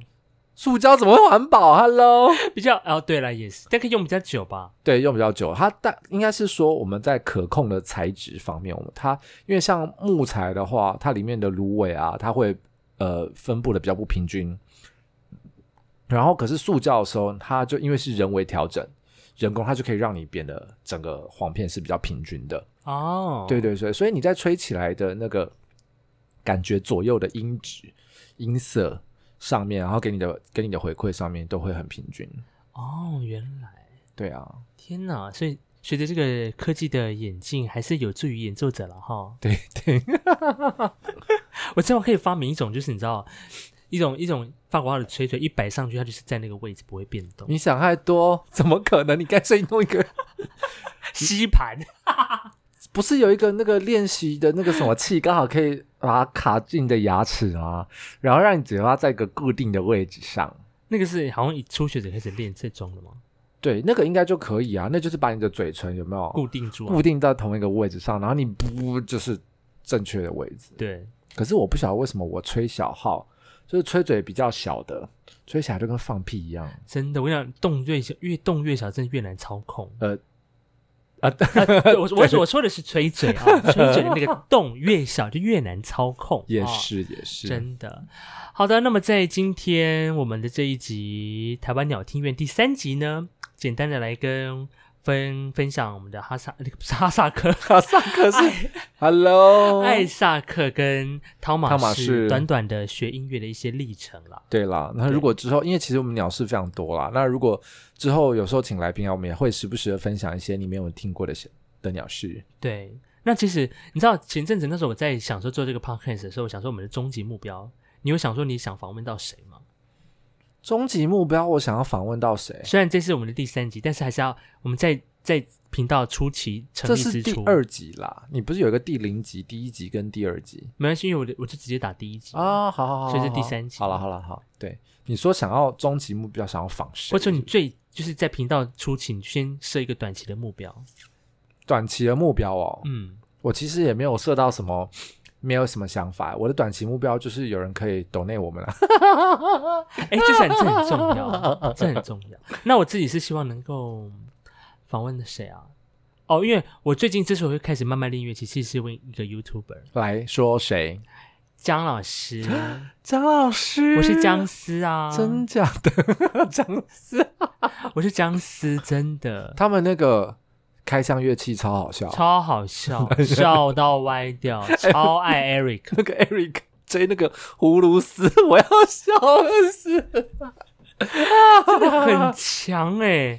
Speaker 3: *laughs*
Speaker 2: 塑胶怎么会环保？Hello，
Speaker 3: 比较哦，对了，也是，但可以用比较久吧。
Speaker 2: 对，用比较久，它大应该是说我们在可控的材质方面，我们它因为像木材的话，它里面的芦苇啊，它会呃分布的比较不平均。然后可是塑胶的时候，它就因为是人为调整，人工，它就可以让你变得整个簧片是比较平均的。
Speaker 3: 哦，
Speaker 2: 对，对对，所以你在吹起来的那个感觉左右的音质、音色上面，然后给你的给你的回馈上面都会很平均。
Speaker 3: 哦，原来，
Speaker 2: 对啊，
Speaker 3: 天哪！所以随着这个科技的演进，还是有助于演奏者了哈。
Speaker 2: 对对，
Speaker 3: *laughs* 我之后可以发明一种，就是你知道，一种一种法国号的吹嘴，一摆上去，它就是在那个位置不会变动。
Speaker 2: 你想太多，怎么可能？你干脆弄一个， *laughs*
Speaker 3: 吸盘，
Speaker 2: 不是有一个那个练习的那个什么器，刚好可以把它卡进你的牙齿吗？然后让你嘴巴在一个固定的位置上。
Speaker 3: 那个是好像一初学者开始练这种的吗？
Speaker 2: 对，那个应该就可以啊，那就是把你的嘴唇有没有
Speaker 3: 固定住、啊
Speaker 2: 哦固，定到同一个位置上，然后你不就是正确的位置。
Speaker 3: 对，
Speaker 2: 可是我不晓得为什么我吹小号，就是吹嘴比较小的，吹起来就跟放屁一样。
Speaker 3: 真的，我跟你讲，动越小，越动越小，真的越难操控。啊
Speaker 2: 呃，
Speaker 3: *laughs* 对，我我我说的是吹嘴啊，
Speaker 2: *laughs*
Speaker 3: 吹嘴的那个洞越小就越难操控，
Speaker 2: 也
Speaker 3: 啊
Speaker 2: 是也是，
Speaker 3: 真的。好的，那么在今天我们的这一集《台湾鸟听院》第三集呢，简单的来跟分分享我们的哈萨， *laughs* 那个不是哈萨克，
Speaker 2: 哈萨克是 Hello，
Speaker 3: 艾萨克跟汤马
Speaker 2: 汤马
Speaker 3: 士
Speaker 2: 士
Speaker 3: 短短的学音乐的一些历程啦。
Speaker 2: 对啦，那如果之后，因为其实我们鸟事非常多啦，那如果之后有时候请来宾啊，我们也会时不时的分享一些你没有听过的小的鸟事。
Speaker 3: 对，那其实你知道前阵子那时候我在想说做这个 podcast 的时候，我想说我们的终极目标，你有想说你想访问到谁吗？
Speaker 2: 终极目标，我想要访问到谁？
Speaker 3: 虽然这是我们的第三集，但是还是要我们在在频道初期成
Speaker 2: 这
Speaker 3: 立
Speaker 2: 是
Speaker 3: 之
Speaker 2: 第
Speaker 3: 初，
Speaker 2: 二集啦，你不是有一个第零集、第一集跟第二集
Speaker 3: 没关系，因为我的我就直接打第一集，
Speaker 2: 啊？好好好，
Speaker 3: 所以是
Speaker 2: 好
Speaker 3: 第
Speaker 2: 好
Speaker 3: 三集
Speaker 2: 好了好了好，对，你说想要终极目标，想要访谁？
Speaker 3: 或者说你最就是在频道初期，你先设一个短期的目标，
Speaker 2: 短期的目标哦， *laughs*
Speaker 3: 嗯，
Speaker 2: 我其实也没有设到什么，没有什么想法。我的短期目标就是有人可以 donate 我们啊啦。
Speaker 3: 哎、这很这很重要，啊这很重要。那我自己是希望能够访问的谁啊？哦，因为我最近之所以会开始慢慢练乐器，其实是因为一个 YouTuber
Speaker 2: *laughs* 来说谁？
Speaker 3: 姜老师，啊
Speaker 2: *gasps* 张老师，
Speaker 3: 我是姜思啊，
Speaker 2: 真假的 *laughs* 张思，
Speaker 3: 我是姜思，真的
Speaker 2: 他们那个开箱乐器超好 *laughs* 笑，
Speaker 3: 超好笑，笑到歪
Speaker 2: *laughs*
Speaker 3: 掉，超爱 Eric。
Speaker 2: 那个 Eric 追那个葫芦丝， *laughs* 我要笑死。
Speaker 3: 很强哎、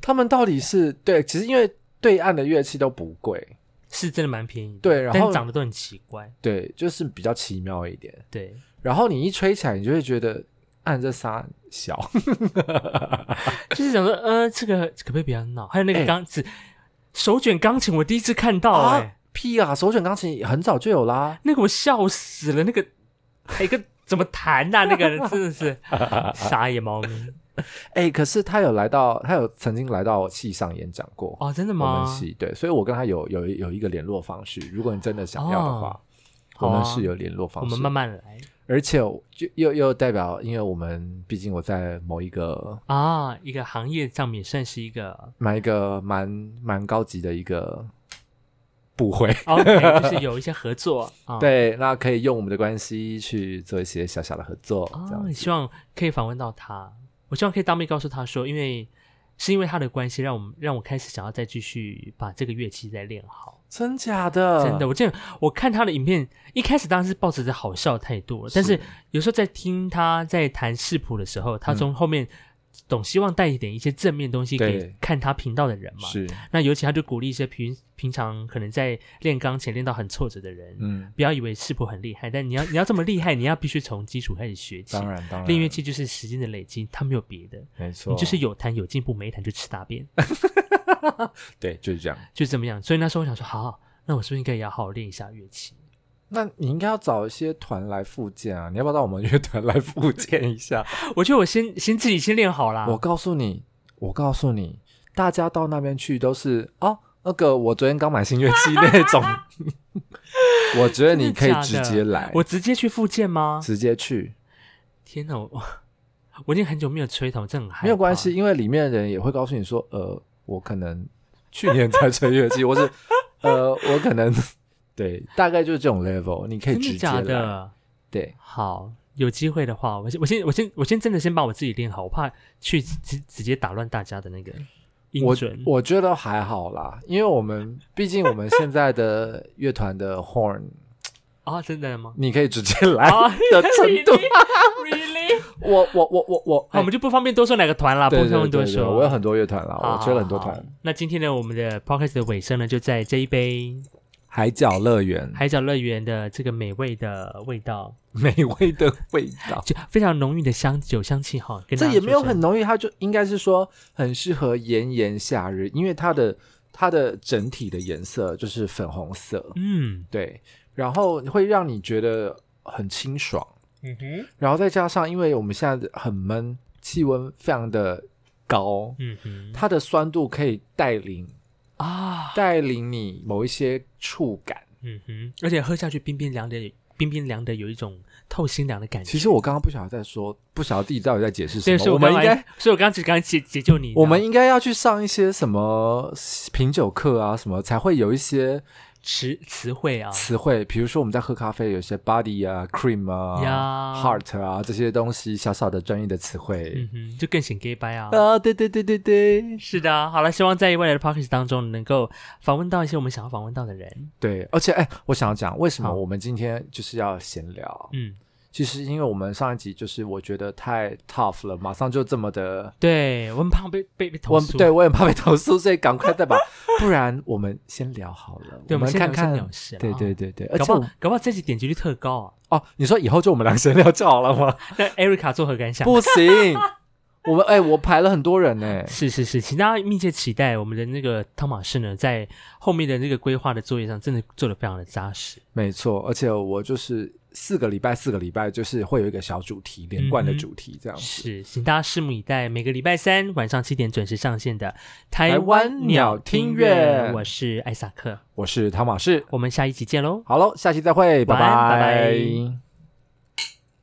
Speaker 2: 他们到底是对？其实因为对岸的乐器都不贵，
Speaker 3: 是真的蛮便宜的，
Speaker 2: 对然后
Speaker 3: 但长得都很奇怪，
Speaker 2: 对，就是比较奇妙一点。
Speaker 3: 对，
Speaker 2: 然后你一吹起来，你就会觉得按这仨小。
Speaker 3: 就是想说，呃，这个可不可以不要闹？还有那个
Speaker 2: 哎
Speaker 3: 钢子、手卷钢琴，我第一次看到哎、
Speaker 2: 啊，屁啊！手卷钢琴很早就有啦。
Speaker 3: 那个我笑死了，那个那个怎么弹呐、那个真的
Speaker 2: *laughs*
Speaker 3: 是傻野猫咪
Speaker 2: 哎、可是他有来到，他有曾经来到戏上演讲过。
Speaker 3: 哦，真的
Speaker 2: 我
Speaker 3: 吗
Speaker 2: 们？系对，所以我跟他有有有一个联络方式。如果你真的想要的话，
Speaker 3: 哦好
Speaker 2: 我
Speaker 3: 啊
Speaker 2: 们是有联络方
Speaker 3: 我
Speaker 2: 式。
Speaker 3: 们慢慢来
Speaker 2: 而且我就又又代表，因为我们毕竟我在某一个
Speaker 3: 啊，一个行业上面算是一个
Speaker 2: 买一个蛮蛮高级的一个部会，
Speaker 3: 哦 OK，就是有一些合
Speaker 2: *laughs*
Speaker 3: 作啊。。
Speaker 2: 对，那可以用我们的关系去做一些小小的合作，这
Speaker 3: 哦
Speaker 2: 样，子。
Speaker 3: 希望可以访问到他。我希望可以当面告诉他说，因为是因为他的关系，让我们让我开始想要再继续把这个乐器再练好。
Speaker 2: 真假的？
Speaker 3: 真的，我见我看他的影片，一开始当然是抱着着好笑的态度了，但是
Speaker 2: 是嗯
Speaker 3: 有时候在听他在弹视谱的时候，他从后面总希望带一点一些正面东西给
Speaker 2: 对
Speaker 3: 看他频道的人嘛。
Speaker 2: 是，
Speaker 3: 那尤其他就鼓励一些平平常可能在练钢琴练到很挫折的人，
Speaker 2: 嗯，
Speaker 3: 不要以为视谱很厉害，但你要你要这么厉害，你要必须从基础开始学起。
Speaker 2: 当然当然，啊
Speaker 3: 练乐器就是时间的累积，它没有别的，
Speaker 2: 没错，
Speaker 3: 你就是有弹有进步，没弹就吃大便，
Speaker 2: 对，就是这样。
Speaker 3: 就怎么样。所以那时候我想说，好好，那我是不是应该也要好好练一下乐器？
Speaker 2: 那你应该要找一些团来复健啊！你要不要到我们乐团来复健一下？
Speaker 3: 我觉得我先先自己先练好啦。
Speaker 2: 我告诉你，我告诉你，大家到那边去都是哦，那个我昨天刚买新乐器那
Speaker 3: *laughs*
Speaker 2: 种。 *laughs* 我觉得你可以直接来，
Speaker 3: 我直接去复健吗？
Speaker 2: 直接去，
Speaker 3: 天哪，我我已经很久没有吹头，这很害怕
Speaker 2: 没有关系，。因为里面的人也会告诉你说，呃，我可能去年才吹乐 *laughs* 器，或是呃，我 *laughs* 可能对，大概就是这种 level，你可以
Speaker 3: 真
Speaker 2: 直
Speaker 3: 的
Speaker 2: 接
Speaker 3: 假
Speaker 2: 来。
Speaker 3: 的？
Speaker 2: 对，
Speaker 3: 好，有机会的话，我先我先我先我先真的先把我自己练好，我怕去直直接打乱大家的那个音
Speaker 2: 我
Speaker 3: 准。
Speaker 2: 我觉得还好啦，因为我们毕竟我们现在的乐团的 horn，
Speaker 3: 啊，真的吗？
Speaker 2: 你可以直接
Speaker 3: *laughs*
Speaker 2: 来
Speaker 3: 啊，
Speaker 2: 的程度
Speaker 3: ，really？
Speaker 2: 我我我我我，哎
Speaker 3: 好，我们就不方便多说哪个团啦，不
Speaker 2: 对对
Speaker 3: 方
Speaker 2: 对
Speaker 3: 便多
Speaker 2: 对，对
Speaker 3: 说。
Speaker 2: 我有很多乐团啦，
Speaker 3: 好，
Speaker 2: 我追了很多
Speaker 3: 好。
Speaker 2: 团
Speaker 3: 好，那今天呢，我们的 podcast 的尾声呢，就在这一杯
Speaker 2: 海角乐园，
Speaker 3: 海角乐园的这个美味的味道，
Speaker 2: 美味的味道。
Speaker 3: 就非常浓郁的香酒香气哈。跟
Speaker 2: *laughs* 这
Speaker 3: 大家
Speaker 2: 也没有
Speaker 3: 说声
Speaker 2: 很浓郁，它就应该是说很适合炎炎夏日，因为它的它的整体的颜色就是粉红色，
Speaker 3: 嗯
Speaker 2: 对，然后会让你觉得很清爽，
Speaker 3: 嗯哼
Speaker 2: 然后再加上因为我们现在很闷，气温非常的高，
Speaker 3: 嗯哼
Speaker 2: 它的酸度可以带领
Speaker 3: 啊
Speaker 2: 带领你某一些触感。
Speaker 3: 嗯哼，而且喝下去冰冰凉的，冰冰凉的有一种透心凉的感觉。
Speaker 2: 其实我刚刚不晓得在说，不晓得自己到底在解释什
Speaker 3: 对，所以
Speaker 2: 么，我
Speaker 3: 我刚
Speaker 2: 们应
Speaker 3: 刚
Speaker 2: 该
Speaker 3: 所以我刚刚只刚解解救你。
Speaker 2: 我们应该要去上一些什么品酒课啊，什么才会有一些
Speaker 3: 词词汇啊，
Speaker 2: 词汇，比如说我们在喝咖啡，有些 body 啊、cream 啊、
Speaker 3: 呀
Speaker 2: heart 啊这些东西，小小的专业的词汇
Speaker 3: 嗯、哼，就更显 gay 白啊。
Speaker 2: 啊，对对对对对
Speaker 3: 是的啊，好了，希望在未来的 podcast 当中能够访问到一些我们想要访问到的人。
Speaker 2: 对，而且哎，我想要讲为什么
Speaker 3: 好
Speaker 2: 我们今天就是要闲聊，
Speaker 3: 嗯，
Speaker 2: 其实因为我们上一集就是我觉得太 tough 了，马上就这么的。
Speaker 3: 对，我很怕被被被投
Speaker 2: 我
Speaker 3: 诉。
Speaker 2: 对我也怕被投诉，所以赶快再把，不然我们先聊好了。
Speaker 3: 对，我们
Speaker 2: 们
Speaker 3: 先
Speaker 2: 看
Speaker 3: 聊
Speaker 2: 看
Speaker 3: 先，聊事啦
Speaker 2: 对对
Speaker 3: 啊
Speaker 2: 对对，而
Speaker 3: 搞
Speaker 2: 且
Speaker 3: 不
Speaker 2: 我
Speaker 3: 好搞不好这集点击率特高啊。
Speaker 2: 哦，你说以后就我们两个闲聊就好了
Speaker 3: *laughs*
Speaker 2: 吗？
Speaker 3: 那 Erica 作何感想？
Speaker 2: 不行，我们哎、我排了很多人哎呢、
Speaker 3: 是是是，请大家密切期待我们的那个汤马士呢，在后面的那个规划的作业上，真的做的非常的扎实。
Speaker 2: 没错，而且我就是四个礼拜，四个礼拜就是会有一个小主题，连
Speaker 3: 嗯
Speaker 2: 贯的主题这样子。
Speaker 3: 是，请大家拭目以待，每个礼拜三晚上七点准时上线的
Speaker 2: 台
Speaker 3: 台
Speaker 2: 湾
Speaker 3: 湾
Speaker 2: 鸟
Speaker 3: 鸟
Speaker 2: 听
Speaker 3: 听
Speaker 2: 乐
Speaker 3: 乐，我是艾萨克，
Speaker 2: 我是汤马士，
Speaker 3: 我们下一集见喽。
Speaker 2: 好喽，下期再会，拜
Speaker 3: 晚安拜拜
Speaker 2: 拜